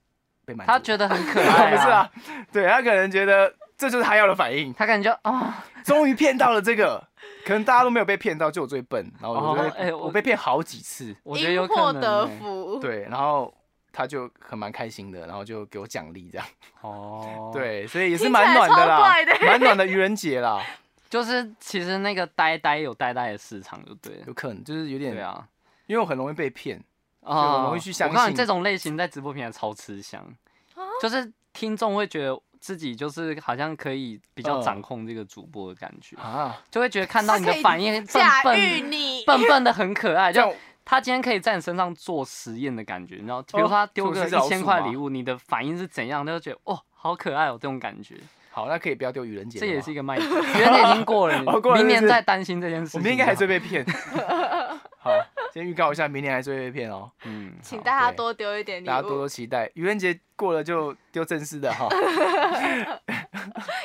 Speaker 2: 被满足了，
Speaker 3: 他觉得很可
Speaker 2: 不
Speaker 3: 爱、
Speaker 2: 是，啊，对他可能觉得这就是他要的反 应，
Speaker 3: 他感觉啊，
Speaker 2: 终于骗到了这个，可能大家都没有被骗到，就我最笨，然后我
Speaker 3: 哦
Speaker 2: 就被、
Speaker 3: 哎我
Speaker 2: 我被骗好几次，
Speaker 3: 我觉得有
Speaker 1: 因
Speaker 3: 可
Speaker 1: 祸
Speaker 3: 能、
Speaker 1: 得
Speaker 3: 欸。
Speaker 1: 福。，
Speaker 2: 对，然后他就很蛮开心的，然后就给我奖励这样，
Speaker 3: 哦，，
Speaker 2: 对，所以也是
Speaker 1: 听起来
Speaker 2: 蛮暖的
Speaker 1: 超
Speaker 2: 啦
Speaker 1: 怪的，
Speaker 2: 蛮暖的愚人节啦，
Speaker 3: 就是其实那个呆呆有呆呆的市场就对了。
Speaker 2: 有可能就是有点，
Speaker 3: 对啊，
Speaker 2: 因为我很容易被 骗，
Speaker 3: 啊，
Speaker 2: 很容易去相
Speaker 3: 我告诉你，
Speaker 2: 信
Speaker 3: 这种类型在直播平台超吃香，就是
Speaker 2: 嗯
Speaker 3: 听众会觉得自己就是好像可以比较
Speaker 2: 嗯
Speaker 3: 掌控这个主播的感觉，
Speaker 2: 啊，
Speaker 3: 就会觉得看到你
Speaker 1: 他
Speaker 3: 的
Speaker 1: 可以
Speaker 3: 反应笨
Speaker 1: 驾驭
Speaker 3: 笨
Speaker 1: 你，
Speaker 3: 笨笨的很可 爱，
Speaker 2: 这样
Speaker 3: 就他今天可以在你身上做实验的感觉，你知道，比如
Speaker 2: 哦
Speaker 3: 说他丢
Speaker 2: 这
Speaker 3: 个
Speaker 2: 不
Speaker 3: 一
Speaker 2: 是老
Speaker 3: 千
Speaker 2: 鼠
Speaker 3: 块
Speaker 2: 吗
Speaker 3: 礼物，你的反应是怎样，他就觉得哦好可爱哦这种感觉，
Speaker 2: 好，那可以不要丢愚人节了
Speaker 3: 这
Speaker 2: 吗，
Speaker 3: 也是一个 卖点，原来已经过了，
Speaker 2: 哦过了
Speaker 3: 明
Speaker 2: 是
Speaker 3: 年
Speaker 2: 不是
Speaker 3: 再担心这件事
Speaker 2: 我
Speaker 3: 啊情，啊
Speaker 2: 明天应该还是，会被骗， 好，先预告一下，明年还是会被骗哦。
Speaker 3: 嗯，
Speaker 1: 请
Speaker 3: 好
Speaker 1: 大家
Speaker 2: 对
Speaker 1: 多丢一点礼
Speaker 2: 大家多
Speaker 1: 物，
Speaker 2: 多期待，愚人节过了就丢正式的 哈。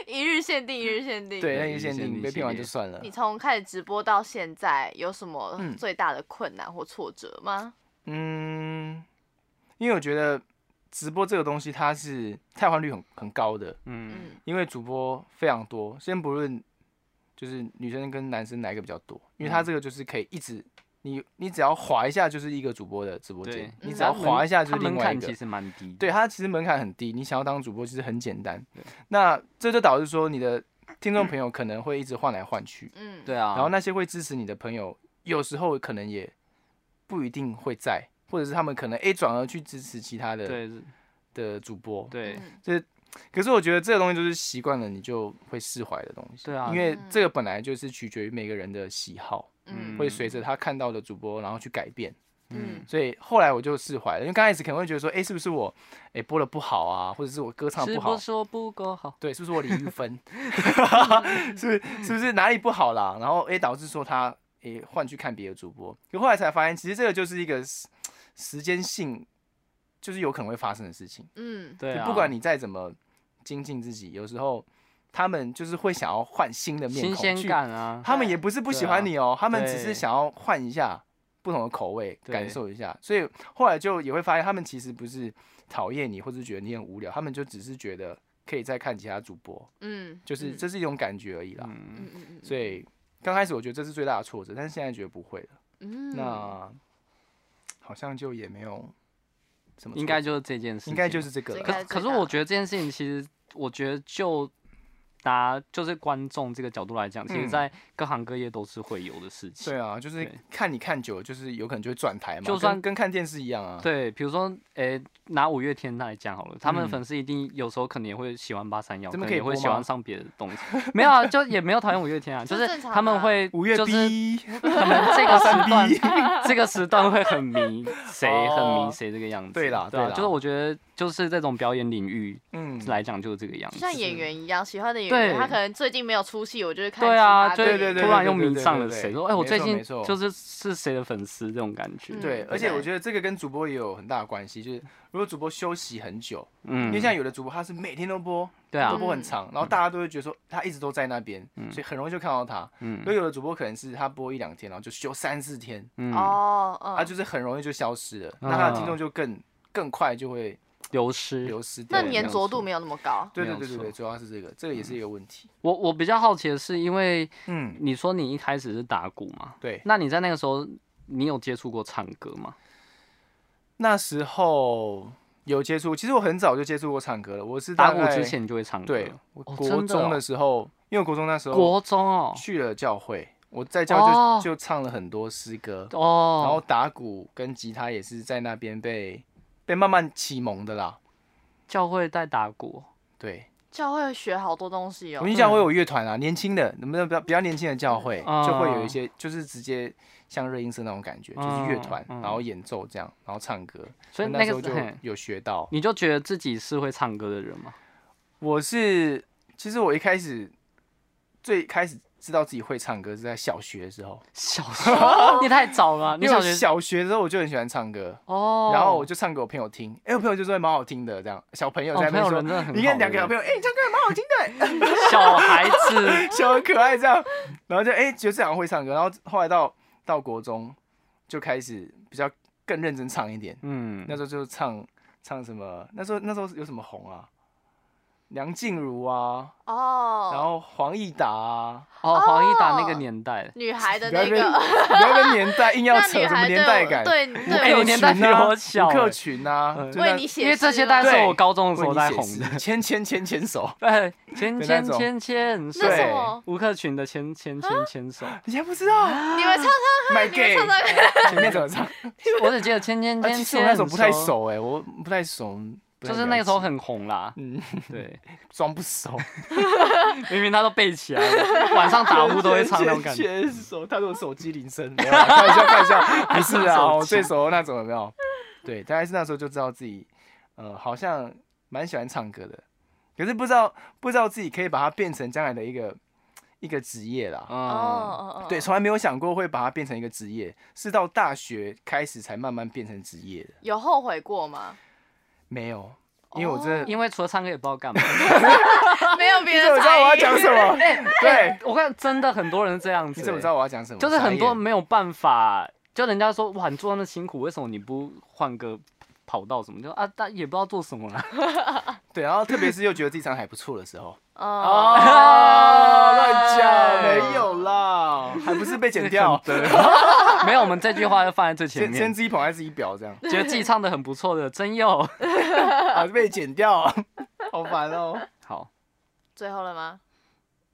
Speaker 1: 一日限定，一日限定。
Speaker 2: 对，
Speaker 3: 对
Speaker 2: 那
Speaker 3: 愚
Speaker 2: 个
Speaker 3: 人
Speaker 2: 限
Speaker 3: 节
Speaker 2: 定
Speaker 3: 礼
Speaker 2: 被
Speaker 3: 系
Speaker 2: 骗完
Speaker 3: 列
Speaker 2: 就算了
Speaker 1: 你。从开始直播到现在，有什么
Speaker 2: 嗯
Speaker 1: 最大的困难或挫折吗？
Speaker 2: 嗯，因为我觉得直播这个东西它是汰换率很很高的，
Speaker 3: 嗯，
Speaker 1: 嗯，
Speaker 2: 因为主播非常多，先不论就是女生跟男生哪一个比较多，因为它
Speaker 3: 嗯
Speaker 2: 这个就是可以一直。你你只要滑一下就是一个主播的直播
Speaker 3: 对
Speaker 2: 间，，你
Speaker 1: 嗯
Speaker 2: 只要
Speaker 3: 它门
Speaker 2: 滑一下就
Speaker 3: 它
Speaker 2: 是另
Speaker 3: 门
Speaker 2: 外一
Speaker 3: 槛
Speaker 2: 个
Speaker 3: 其。实蛮低，
Speaker 2: 对，啊它其实门槛很低，你想要当主播其实很简单
Speaker 3: 对。
Speaker 2: 那这就导致说你的听 众朋友可能会一直换来换去，
Speaker 1: 嗯，
Speaker 3: 对啊，
Speaker 2: 然后那些会支持你的朋友，有时候可能也不一定会在，或者是他们可能诶转而去支持其他的
Speaker 3: 对是
Speaker 2: 的主播。
Speaker 3: 对
Speaker 1: 嗯
Speaker 2: 可是我觉得这个东西就是习惯了，你就会释怀的东西。
Speaker 3: 对啊
Speaker 2: 因为这个本来就是取决于每个人的喜好，
Speaker 1: 嗯
Speaker 2: 会随着他看到的主播然后去改变。
Speaker 1: 嗯
Speaker 3: 嗯，
Speaker 2: 所以后来我就释怀了，因为刚开始可能会觉得说，诶是不是我诶播的不好啊，或者是我歌唱得
Speaker 3: 直
Speaker 2: 不好
Speaker 3: 播，说不够好，
Speaker 2: 对，是不是我李玉芬？ 是不是是不是哪里不好啦？然后诶、导致说他诶换、去看别的主播，可后来才发现，其实这个就是一个时时间性，就是有可能会发生的事情。
Speaker 1: 嗯，
Speaker 3: 对
Speaker 2: 就
Speaker 3: 啊，
Speaker 2: 不管你再怎么精进自己，有时候他们就是会想要换新的面
Speaker 3: 新
Speaker 2: 孔
Speaker 3: 鲜
Speaker 2: 去，
Speaker 3: 感啊，
Speaker 2: 他们也不是不喜欢你哦、他们只是
Speaker 3: 对
Speaker 2: 想要换一下不同的口味，
Speaker 3: 对
Speaker 2: 感受一下。所以后来就也会发现，他们其实不是讨厌你，或者觉得你很无聊，他们就只是觉得可以再看其他主播。
Speaker 1: 嗯，
Speaker 2: 就是
Speaker 1: 嗯
Speaker 2: 这，是一种感觉而已啦。
Speaker 3: 嗯，
Speaker 1: 嗯嗯嗯，
Speaker 2: 所以刚开始我觉得这是最大的挫折，但是现在觉得不会了。
Speaker 1: 嗯，
Speaker 2: 那好像就也没有什么挫折，
Speaker 3: 应该就是这件事情，啊
Speaker 2: 应该就是这个
Speaker 1: 这
Speaker 2: 了
Speaker 1: 个。
Speaker 3: 可可是
Speaker 1: 最大
Speaker 3: 我觉得这件事情其实，我觉得就拿就是观众这个角度来讲，其实，
Speaker 2: 嗯
Speaker 3: 在各行各业都是会有的事情。
Speaker 2: 对啊，就是
Speaker 3: 对
Speaker 2: 看你看久了，就是有可能就会转台嘛，
Speaker 3: 就
Speaker 2: 跟
Speaker 3: 算
Speaker 2: 跟看电视一样啊。
Speaker 3: 对，比如说，诶、拿五月天来讲好了，他们
Speaker 2: 嗯
Speaker 3: 粉丝一定有时候可能也会喜欢八三幺，
Speaker 2: 这边
Speaker 3: 可能
Speaker 2: 可以
Speaker 3: 也会
Speaker 2: 播
Speaker 3: 喜欢
Speaker 2: 吗
Speaker 3: 上别的 东西。没有啊，就也没有讨厌五月天啊，
Speaker 1: 这
Speaker 3: 就是
Speaker 1: 正常
Speaker 3: 他们
Speaker 1: 啊
Speaker 3: 会
Speaker 2: 五月
Speaker 3: 就是
Speaker 2: 逼，
Speaker 3: 可能这个时段
Speaker 2: 逼
Speaker 3: 这个时段会 很迷谁，很
Speaker 2: 哦
Speaker 3: 迷谁这个样子。
Speaker 2: 对啦
Speaker 3: 对啊
Speaker 2: 对啦
Speaker 3: 就是我觉得就是这种表演领域
Speaker 2: 嗯，
Speaker 3: 来讲就是这个样
Speaker 1: 就
Speaker 3: 子。
Speaker 1: 像演员一样，喜欢的演员，
Speaker 3: 对
Speaker 1: 他可能最近没有出戏，我就会看
Speaker 3: 对啊，
Speaker 1: 其
Speaker 3: 就
Speaker 1: 他
Speaker 2: 对
Speaker 1: 的
Speaker 2: 对对
Speaker 3: 突然又
Speaker 2: 对对
Speaker 3: 迷
Speaker 2: 对
Speaker 3: 上
Speaker 2: 对
Speaker 3: 了
Speaker 2: 对
Speaker 3: 谁，说哎，我
Speaker 2: 没
Speaker 3: 最
Speaker 2: 错
Speaker 3: 近
Speaker 2: 没错
Speaker 3: 就是是谁的粉丝这种感觉。
Speaker 1: 嗯
Speaker 2: 对，
Speaker 1: 嗯
Speaker 2: 而且我
Speaker 1: 对
Speaker 2: 觉得这个跟主播也有很大的关系，就是如果主播休息很久，因
Speaker 3: 嗯
Speaker 2: 为像有的主播他是每天都播，
Speaker 3: 对啊
Speaker 2: 都，播很长，然后大家都会觉得说他一直都在那边，所以很容易就看到他。
Speaker 3: 嗯
Speaker 2: 所以有的主播可能是他播一两天，然后就休三四天，
Speaker 3: 嗯，
Speaker 1: 哦，嗯
Speaker 2: 他就是很容易就消失了，那他的听众就更更快就会
Speaker 3: 流失。
Speaker 2: 流失掉。
Speaker 1: 那
Speaker 3: 对
Speaker 1: 粘
Speaker 3: 没有
Speaker 1: 着度
Speaker 3: 错
Speaker 1: 没有那么高，
Speaker 2: 对对
Speaker 3: 没
Speaker 2: 对
Speaker 3: 有
Speaker 2: 对
Speaker 3: 错
Speaker 2: 对，主要是这个，这个也是一个问题。
Speaker 3: 我我比较好奇的是，因为
Speaker 2: 嗯，
Speaker 3: 你说你一开始是打鼓嘛，
Speaker 2: 对，
Speaker 3: 那你在那个时候你有接触过唱歌吗？
Speaker 2: 那时候有接触，其实我很早就接触过唱歌了，我是
Speaker 3: 打
Speaker 2: 大
Speaker 3: 鼓
Speaker 2: 概
Speaker 3: 之，前你就会唱歌？
Speaker 2: 对，，我
Speaker 3: 哦
Speaker 2: 国
Speaker 3: 真的
Speaker 2: 中
Speaker 3: 哦
Speaker 2: 的时候，因为我国中那时候
Speaker 3: 国中哦，
Speaker 2: 去了教会，我在教会
Speaker 3: 哦
Speaker 2: 就就唱了很多诗歌，然后
Speaker 3: 哦，
Speaker 2: 打鼓跟吉他也是在那边被被慢慢启蒙的啦。
Speaker 3: 教会在打鼓，
Speaker 2: 对，
Speaker 1: 教会学好多东西
Speaker 2: 我
Speaker 1: 哦
Speaker 2: 们。教会有乐团啊，年轻的，能不能比较比较年轻的教会，
Speaker 3: 嗯
Speaker 2: 就会有一些就是直接像热音社那种感觉，就是乐团，
Speaker 3: 嗯嗯
Speaker 2: 然后演奏这样，然后唱歌。
Speaker 3: 所以
Speaker 2: 那
Speaker 3: 那
Speaker 2: 时
Speaker 3: 个
Speaker 2: 候就
Speaker 3: 嘿
Speaker 2: 有学到。
Speaker 3: 你就觉得自己是会唱歌的人吗？
Speaker 2: 我是其实我一开始最开始知道自己会唱歌是在小学的时候，
Speaker 3: 小学你太早了吧，你
Speaker 2: 因为
Speaker 3: 小
Speaker 2: 我
Speaker 3: 学
Speaker 2: 小学的时候我就很喜欢唱歌，
Speaker 3: 哦，
Speaker 2: 然后我就唱给我朋友听，哎、我朋友就说蛮好听的，这样小朋友
Speaker 3: 哦
Speaker 2: 在那
Speaker 3: 朋
Speaker 2: 边
Speaker 3: 友
Speaker 2: 说，
Speaker 3: 人真的很
Speaker 2: 你
Speaker 3: 好
Speaker 2: 看两个小朋
Speaker 3: 友，
Speaker 2: 友，哎、你唱歌蛮好听的、
Speaker 3: 小孩子
Speaker 2: 小很可爱这样，然后就哎、觉得这两个会唱歌，然后后来到到国中就开始比较更认真唱一点，
Speaker 3: 嗯
Speaker 2: 那时候就唱唱什么，那时候那时候有什么红啊？梁静茹啊，
Speaker 1: 哦，
Speaker 2: 然后黄义达啊，
Speaker 3: 哦，黄义达那个年代，
Speaker 1: 女孩的
Speaker 2: 不要
Speaker 1: 那
Speaker 2: 被不
Speaker 1: 个，
Speaker 2: 要被年代硬要
Speaker 1: 那
Speaker 2: 扯
Speaker 1: 女
Speaker 2: 什么
Speaker 1: 孩
Speaker 2: 年代 感，
Speaker 1: 对我对
Speaker 3: 哎
Speaker 1: 对
Speaker 3: 我
Speaker 1: 我
Speaker 2: 吴
Speaker 3: 年
Speaker 2: 克
Speaker 3: 代
Speaker 2: 群
Speaker 3: 比
Speaker 2: 啊
Speaker 3: 我小
Speaker 2: 吴克
Speaker 3: 欸
Speaker 2: 群啊，
Speaker 3: 嗯
Speaker 2: 就
Speaker 1: 为
Speaker 2: 那
Speaker 1: 你写
Speaker 3: 因为这些
Speaker 1: 诗
Speaker 3: 单
Speaker 1: 了
Speaker 3: 是
Speaker 2: 对
Speaker 3: 我高中的时
Speaker 2: 为
Speaker 3: 候
Speaker 2: 你
Speaker 3: 在
Speaker 2: 写
Speaker 3: 红
Speaker 2: 诗
Speaker 3: 的，
Speaker 2: 牵牵牵牵手，
Speaker 3: 对，
Speaker 2: 对
Speaker 3: 牵
Speaker 2: 那
Speaker 3: 牵
Speaker 2: 种
Speaker 3: 牵牵手
Speaker 1: 那，什
Speaker 2: 对
Speaker 1: 么？
Speaker 3: 吴克群的牵牵牵牵手，
Speaker 2: 你还不知道
Speaker 1: 你们唱唱，
Speaker 2: ？My
Speaker 1: 你们
Speaker 2: Gay，
Speaker 1: 唱唱，
Speaker 2: 前面怎么唱？啊
Speaker 3: 我只记得牵牵牵
Speaker 2: 其
Speaker 3: 牵
Speaker 2: 实
Speaker 3: 手，
Speaker 2: 我那首不太，熟哎，我不太熟，不太
Speaker 3: 就是那个时候
Speaker 2: 了解
Speaker 3: 很红啦，
Speaker 2: 嗯
Speaker 3: 对，
Speaker 2: 装不熟，
Speaker 3: 明明他都背起来了，晚上打呼都会唱那种感 觉。
Speaker 2: 牵手，他是我手机铃 声，没有啦啊开玩笑，开玩笑，不是啊，我最熟的那种有没有？对，大概是那时候就知道自己，呃，好像蛮喜欢唱歌的，可是不知道不知道自己可以把它变成将来的一个一个职业啦。
Speaker 1: 哦
Speaker 3: 嗯，
Speaker 1: 哦哦，
Speaker 2: 对，从来没有想过会把它变成一个职业，是到大学开始才慢慢变成职业的。
Speaker 1: 有后悔过 吗？
Speaker 2: 没有，因为我真的，
Speaker 3: 因为除了唱歌也不知道干嘛。
Speaker 1: 没有别
Speaker 2: 你
Speaker 1: 的
Speaker 2: 怎
Speaker 1: 才艺。
Speaker 2: 么知道我要讲什么？对，
Speaker 3: 我看真的很多人是这样子、
Speaker 2: 你怎么知
Speaker 3: 欸？
Speaker 2: 道我要讲什么？
Speaker 3: 就是很
Speaker 2: 傻
Speaker 3: 多
Speaker 2: 眼
Speaker 3: 没有办法，就人家说哇，你做那么辛苦，为什么你不换个跑道什么？就啊，但也不知道做什么啦。
Speaker 2: 对，然后特别是又觉得自己唱得还不错的时候，
Speaker 1: 哦
Speaker 2: 哦，乱讲，没有 啦，还不是被剪掉，
Speaker 3: 没有，我们这句话就放在最前
Speaker 2: 先 先
Speaker 3: 面。
Speaker 2: 自己捧还是自己表这样，
Speaker 3: 觉得自己唱的很不错的真 佑，
Speaker 2: 啊被剪掉， 好烦哦。
Speaker 3: 好，
Speaker 1: 最后了吗？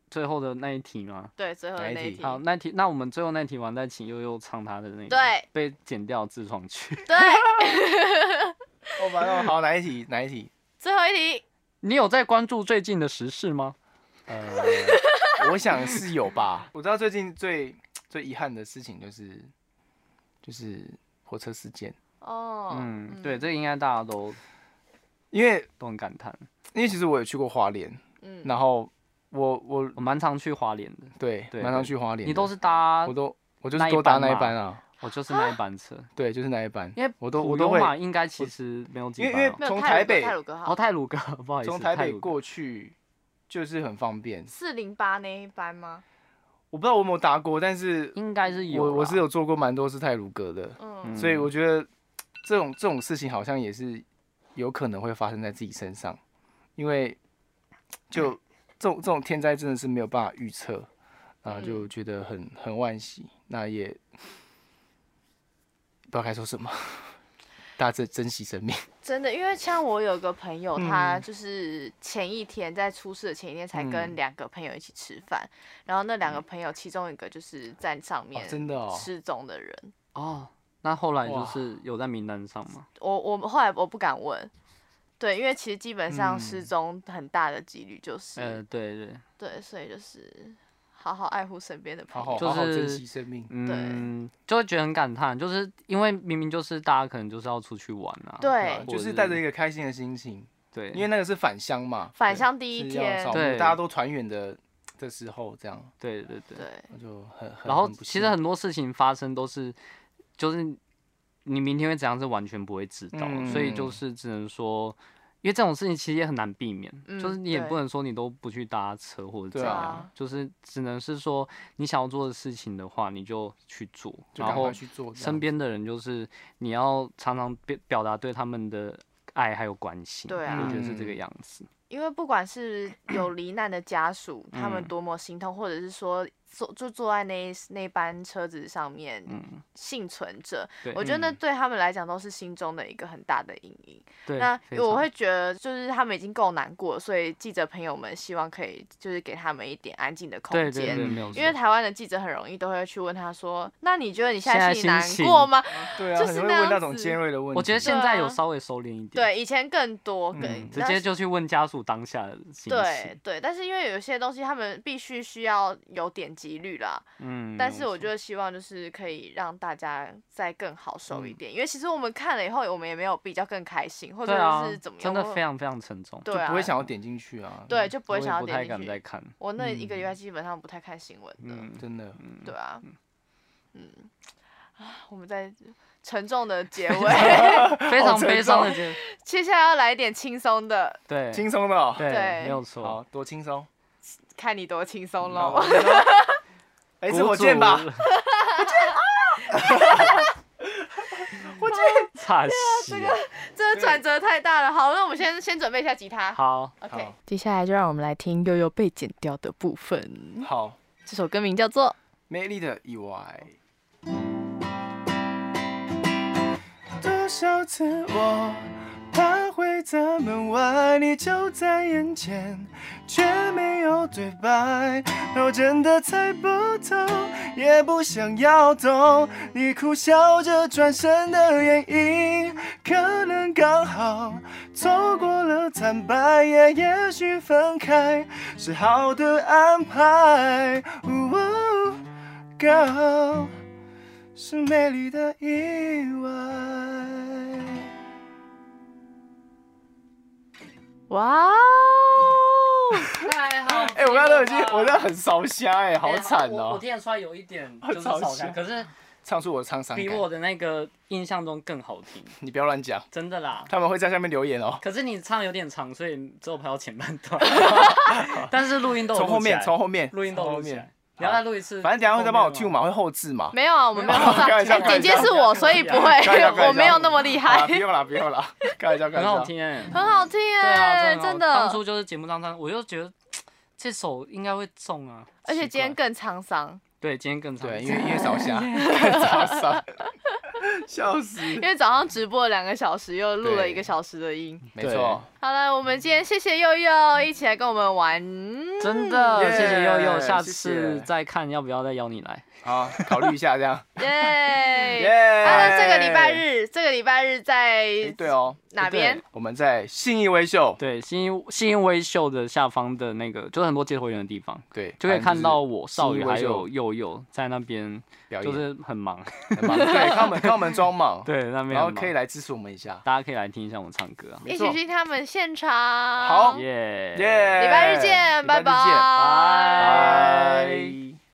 Speaker 3: 最后的那一题吗？
Speaker 1: 对，最后的
Speaker 2: 哪
Speaker 1: 那
Speaker 2: 一
Speaker 1: 一
Speaker 2: 题
Speaker 1: 题。
Speaker 3: 好，那一题，那我们最后那一题完再请悠悠唱他的那个
Speaker 1: 对
Speaker 3: 被剪掉自创曲。
Speaker 1: 对，
Speaker 2: 好烦哦。好，哪一题？哪一题？
Speaker 1: 最后一题。
Speaker 3: 你有在关注最近的时事吗？
Speaker 2: 呃， 我想是有吧。我知道最近最最遗憾的事情就是就是火车事件，
Speaker 1: 哦，
Speaker 3: 嗯，对，，这个应该大家都
Speaker 2: 因为
Speaker 3: 都很感叹。
Speaker 2: 因为其实我有去过花莲，
Speaker 1: 嗯，
Speaker 2: 然后我我
Speaker 3: 我蛮常去花莲的，
Speaker 2: 对
Speaker 3: 对
Speaker 2: 蛮常去花莲的，
Speaker 3: 你都是搭
Speaker 2: 我都我就
Speaker 3: 那
Speaker 2: 是
Speaker 3: 一
Speaker 2: 都搭
Speaker 3: 班
Speaker 2: 那一
Speaker 3: 嘛
Speaker 2: 班啊，
Speaker 3: 我就是那一班车，
Speaker 2: 对，就是那一班，
Speaker 3: 因为
Speaker 2: 我都
Speaker 3: 普
Speaker 2: 我都
Speaker 3: 悠
Speaker 2: 会
Speaker 3: 玛应该其实没有几
Speaker 2: 因为因
Speaker 3: 班
Speaker 2: 为
Speaker 3: 哦、
Speaker 1: 没有
Speaker 2: 从
Speaker 1: 泰
Speaker 2: 台
Speaker 1: 鲁阁
Speaker 2: 北
Speaker 1: 泰鲁阁
Speaker 3: 哦，
Speaker 1: 号
Speaker 3: 泰鲁阁， 不好意思，
Speaker 2: 从台
Speaker 3: 泰
Speaker 2: 北
Speaker 3: 鲁阁
Speaker 2: 过去就是很方便。
Speaker 1: 四零八那一班吗？
Speaker 2: 我不知道我有没有搭过，但是
Speaker 3: 应该是有啦，
Speaker 2: 我我是有做过蛮多次泰鲁格的，
Speaker 1: 嗯，
Speaker 2: 所以我觉得这种这种事情好像也是有可能会发生在自己身上，因为就这种这种天灾真的是没有办法预测，啊，
Speaker 1: 嗯
Speaker 2: 就觉得很很惋惜，那也不知道该说什么， 大家珍珍惜生命，
Speaker 1: 真的，因为像我有个朋友，他
Speaker 2: 嗯
Speaker 1: 就是前一天在出事的前一天才
Speaker 2: 嗯
Speaker 1: 跟两个朋友一起吃饭，然后那两个朋友其中一个就是在上
Speaker 2: 哦
Speaker 1: 面
Speaker 2: 真的哦，
Speaker 1: 失踪的人，
Speaker 3: 哦。那后来就
Speaker 2: 哇
Speaker 3: 是有在名单上吗？
Speaker 1: 我我后来我不敢问。对，因为其实基本上
Speaker 2: 嗯
Speaker 1: 失踪很大的几率就是、
Speaker 3: 呃，对对，
Speaker 1: 对，所以就是好好爱护身边的朋
Speaker 2: 好
Speaker 1: 友。
Speaker 2: 好
Speaker 3: 就
Speaker 2: 好好珍
Speaker 3: 是
Speaker 2: 惜生命，
Speaker 3: 嗯，就会觉得很感叹，就是因为明明就是大家可能就是要出去玩啊，
Speaker 1: 对
Speaker 3: 或，者
Speaker 2: 就是带着一个开心的心情。
Speaker 3: 对，
Speaker 2: 因为那个是返乡嘛，
Speaker 1: 返
Speaker 2: 对
Speaker 1: 乡第一
Speaker 2: 是要
Speaker 1: 天
Speaker 2: 扫墓
Speaker 3: 对
Speaker 2: 大家都团圆的的时候，这样
Speaker 3: 对对对，
Speaker 1: 对，
Speaker 2: 那就很很
Speaker 3: 然后
Speaker 2: 很不
Speaker 3: 其
Speaker 2: 幸
Speaker 3: 实很多事情发生都是，就是你明天会怎样是完全不会知道的，所以就
Speaker 2: 嗯
Speaker 3: 是只能说，因为这种事情其实也很难避免，就是
Speaker 1: 嗯
Speaker 3: 你也
Speaker 1: 对
Speaker 3: 不能说你都不去搭车或者
Speaker 2: 对
Speaker 3: 怎样，
Speaker 1: 啊
Speaker 3: 就是只能是说你想要做的事情的话，你就去做，
Speaker 2: 就
Speaker 3: 然
Speaker 2: 赶快
Speaker 3: 后
Speaker 2: 去做这样，
Speaker 3: 身边的人就是你要常常表表达对他们的爱还有关心，
Speaker 1: 对啊
Speaker 3: 我觉得是这个
Speaker 2: 嗯
Speaker 3: 样子，
Speaker 1: 因为不管 是有罹难的家属，他们
Speaker 3: 嗯
Speaker 1: 多么心痛，或者是说坐就坐在那一那班车子上面
Speaker 3: 嗯，
Speaker 1: 幸存者，
Speaker 3: 对，
Speaker 1: 我觉得那
Speaker 2: 嗯
Speaker 1: 对他们来讲都是心中的一个很大的阴影。
Speaker 3: 对，
Speaker 1: 那
Speaker 3: 非
Speaker 1: 我
Speaker 3: 常
Speaker 1: 会觉得，就是他们已经够难过了，所以记者朋友们希望可以就是给他们一点安静的空
Speaker 3: 对
Speaker 1: 间。
Speaker 3: 对对，
Speaker 2: 嗯
Speaker 3: 没有错，
Speaker 1: 因为台湾的记者很容易都会去问他说：“那你觉得你现在心
Speaker 3: 现在
Speaker 1: 里难
Speaker 3: 心情
Speaker 1: 过吗？”
Speaker 2: 对啊，
Speaker 1: 就
Speaker 2: 很
Speaker 1: 是
Speaker 2: 容易
Speaker 1: 那
Speaker 2: 问那
Speaker 1: 样
Speaker 2: 种
Speaker 1: 子
Speaker 2: 尖锐的问题，
Speaker 3: 我觉得现
Speaker 1: 对
Speaker 3: 在有
Speaker 1: 啊
Speaker 3: 稍微收敛一点，
Speaker 1: 对，以前更多，更、
Speaker 2: 嗯
Speaker 3: 直
Speaker 1: 那
Speaker 3: 接就去问家属当下的心情。
Speaker 1: 对对，但是因为有些东西他们必须需要有点及率啦。
Speaker 3: 嗯，
Speaker 1: 但是
Speaker 3: 没
Speaker 1: 我就希望就是可以让大家再更好受一点，因为其实我们看了以后，我们也没有比较更开心，或者
Speaker 3: 错嗯对啊
Speaker 1: 是怎么样，
Speaker 3: 真的
Speaker 1: 或
Speaker 3: 非常非常沉重，
Speaker 1: 对啊，
Speaker 2: 不会想要点进去啊。
Speaker 1: 对，就不
Speaker 3: 我
Speaker 1: 会
Speaker 3: 也
Speaker 1: 想要
Speaker 3: 嗯不太
Speaker 1: 点
Speaker 3: 敢
Speaker 1: 进
Speaker 3: 再
Speaker 1: 去。
Speaker 3: 看。
Speaker 1: 我那一个礼拜基本上不太看新闻的，
Speaker 3: 嗯，
Speaker 2: 真的，
Speaker 1: 对啊，嗯，啊，我们在沉重的结 尾，
Speaker 3: 非常
Speaker 2: 好沉
Speaker 3: 悲伤
Speaker 2: 重
Speaker 3: 的结，
Speaker 1: 接下来要来一点轻松的，
Speaker 3: 对
Speaker 2: 轻松的哦。
Speaker 3: 对，
Speaker 1: 对
Speaker 3: 没有错。
Speaker 2: 好多轻松。
Speaker 1: 看你多轻
Speaker 3: 嗯
Speaker 1: 松
Speaker 2: 好
Speaker 1: 喽。
Speaker 2: 哎，
Speaker 3: 鼓
Speaker 2: 是我见 吧
Speaker 3: 组。
Speaker 1: 啊
Speaker 3: 差戏啊，
Speaker 1: 这个转折太大了，好，那我们先先准备一下吉他。
Speaker 3: 好，
Speaker 1: OK，
Speaker 2: 好
Speaker 1: 接下来就让我们来听悠悠被剪掉的部分。
Speaker 2: 好，
Speaker 1: 这首歌名叫 做
Speaker 2: 美丽的意外。多少次我他会怎么玩，你就在眼前，却没有对白。我真的猜不透，也不想要懂。你苦笑着转身的原因，可能刚好错过了坦白，也也许分开是好的安排。哦刚是美丽的意外。
Speaker 1: 哇哦，
Speaker 3: 太好。
Speaker 2: 哎、我刚刚都已经，我刚刚很烧瞎哎，
Speaker 1: 啊
Speaker 2: 好惨
Speaker 3: 我
Speaker 2: 哦、
Speaker 3: 我听得出来有一点就是
Speaker 2: 超
Speaker 3: 少
Speaker 2: 像
Speaker 3: 看，可是
Speaker 2: 唱出我的沧桑
Speaker 3: 比
Speaker 2: 感。
Speaker 3: 我的那个印象中更好听，
Speaker 2: 你不要乱讲，
Speaker 3: 真的啦。
Speaker 2: 他们会在下面留言 哦、
Speaker 3: 可是你唱有点长，所以只有排到前半段， 但是录音都有
Speaker 2: 从后
Speaker 3: 录起来
Speaker 2: 面，从后面，
Speaker 3: 录音都
Speaker 2: 从
Speaker 3: 有
Speaker 2: 后
Speaker 3: 录起
Speaker 2: 面
Speaker 3: 来。。你要再录一次，
Speaker 2: 反正等一下会再帮我 tune
Speaker 3: 听。
Speaker 2: 嘛，会后置嘛。
Speaker 1: 没有啊，我们没有上。
Speaker 2: 开玩笑
Speaker 1: 哎
Speaker 2: 开玩笑
Speaker 1: 剪接是我，所以不会
Speaker 2: 开玩笑开玩，笑
Speaker 1: 我没有那么厉
Speaker 2: 啊，
Speaker 1: 害
Speaker 2: 不。用啦，不用啦， 开玩笑，开
Speaker 3: 很好
Speaker 2: 玩笑。
Speaker 3: 听哎、
Speaker 1: 很好听
Speaker 3: 对啊，
Speaker 1: 哎，
Speaker 3: 真的很好
Speaker 1: 真
Speaker 3: 当
Speaker 1: 的，
Speaker 3: 初就是节目当中，我就觉得这首应该会中啊。
Speaker 1: 而且今天
Speaker 3: 奇怪
Speaker 1: 更沧桑，
Speaker 3: 对今天更长，
Speaker 2: 对，因为因为烧瞎，烧 伤，笑死。
Speaker 1: 因为早上直播了两个小时，又录了
Speaker 2: 对
Speaker 1: 一个小时的音。
Speaker 2: 没错，
Speaker 1: 好了，我们今天谢谢悠悠一起来跟我们玩。
Speaker 2: 嗯
Speaker 3: 真的
Speaker 2: 耶
Speaker 3: 谢谢佑佑，下
Speaker 2: 谢谢
Speaker 3: 次再看要不要再邀你来。
Speaker 2: 好，考虑一下这 样。耶、
Speaker 1: 耶！
Speaker 3: 哎
Speaker 1: 啊，那这个礼拜，日，这个礼拜日
Speaker 2: 哎，
Speaker 1: 在
Speaker 2: 对哦、
Speaker 1: 哪边？
Speaker 2: 我们在信义威秀，
Speaker 3: 对，新新英微秀的下方的那个，就是很多街头艺人的地方，
Speaker 2: 对，
Speaker 3: 就可以
Speaker 2: 反正
Speaker 3: 看
Speaker 2: 是
Speaker 3: 到我少
Speaker 2: 新
Speaker 3: 宇
Speaker 2: 义威
Speaker 3: 还
Speaker 2: 秀
Speaker 3: 有佑佑在那边，
Speaker 2: 表演，
Speaker 3: 就是很忙，
Speaker 2: 很忙对，看我们看我们装忙，
Speaker 3: 对，那边
Speaker 2: 然后
Speaker 3: 很忙
Speaker 2: 可以来支持我们一下，
Speaker 3: 大家可以来听一下我唱歌啊，
Speaker 1: 一
Speaker 2: 没
Speaker 1: 起
Speaker 2: 错，
Speaker 1: 去他们现场。
Speaker 2: 好
Speaker 3: 耶
Speaker 2: 耶，
Speaker 1: 礼拜日见，
Speaker 2: 礼
Speaker 1: 拜
Speaker 2: 拜日见，
Speaker 1: 拜
Speaker 2: 拜。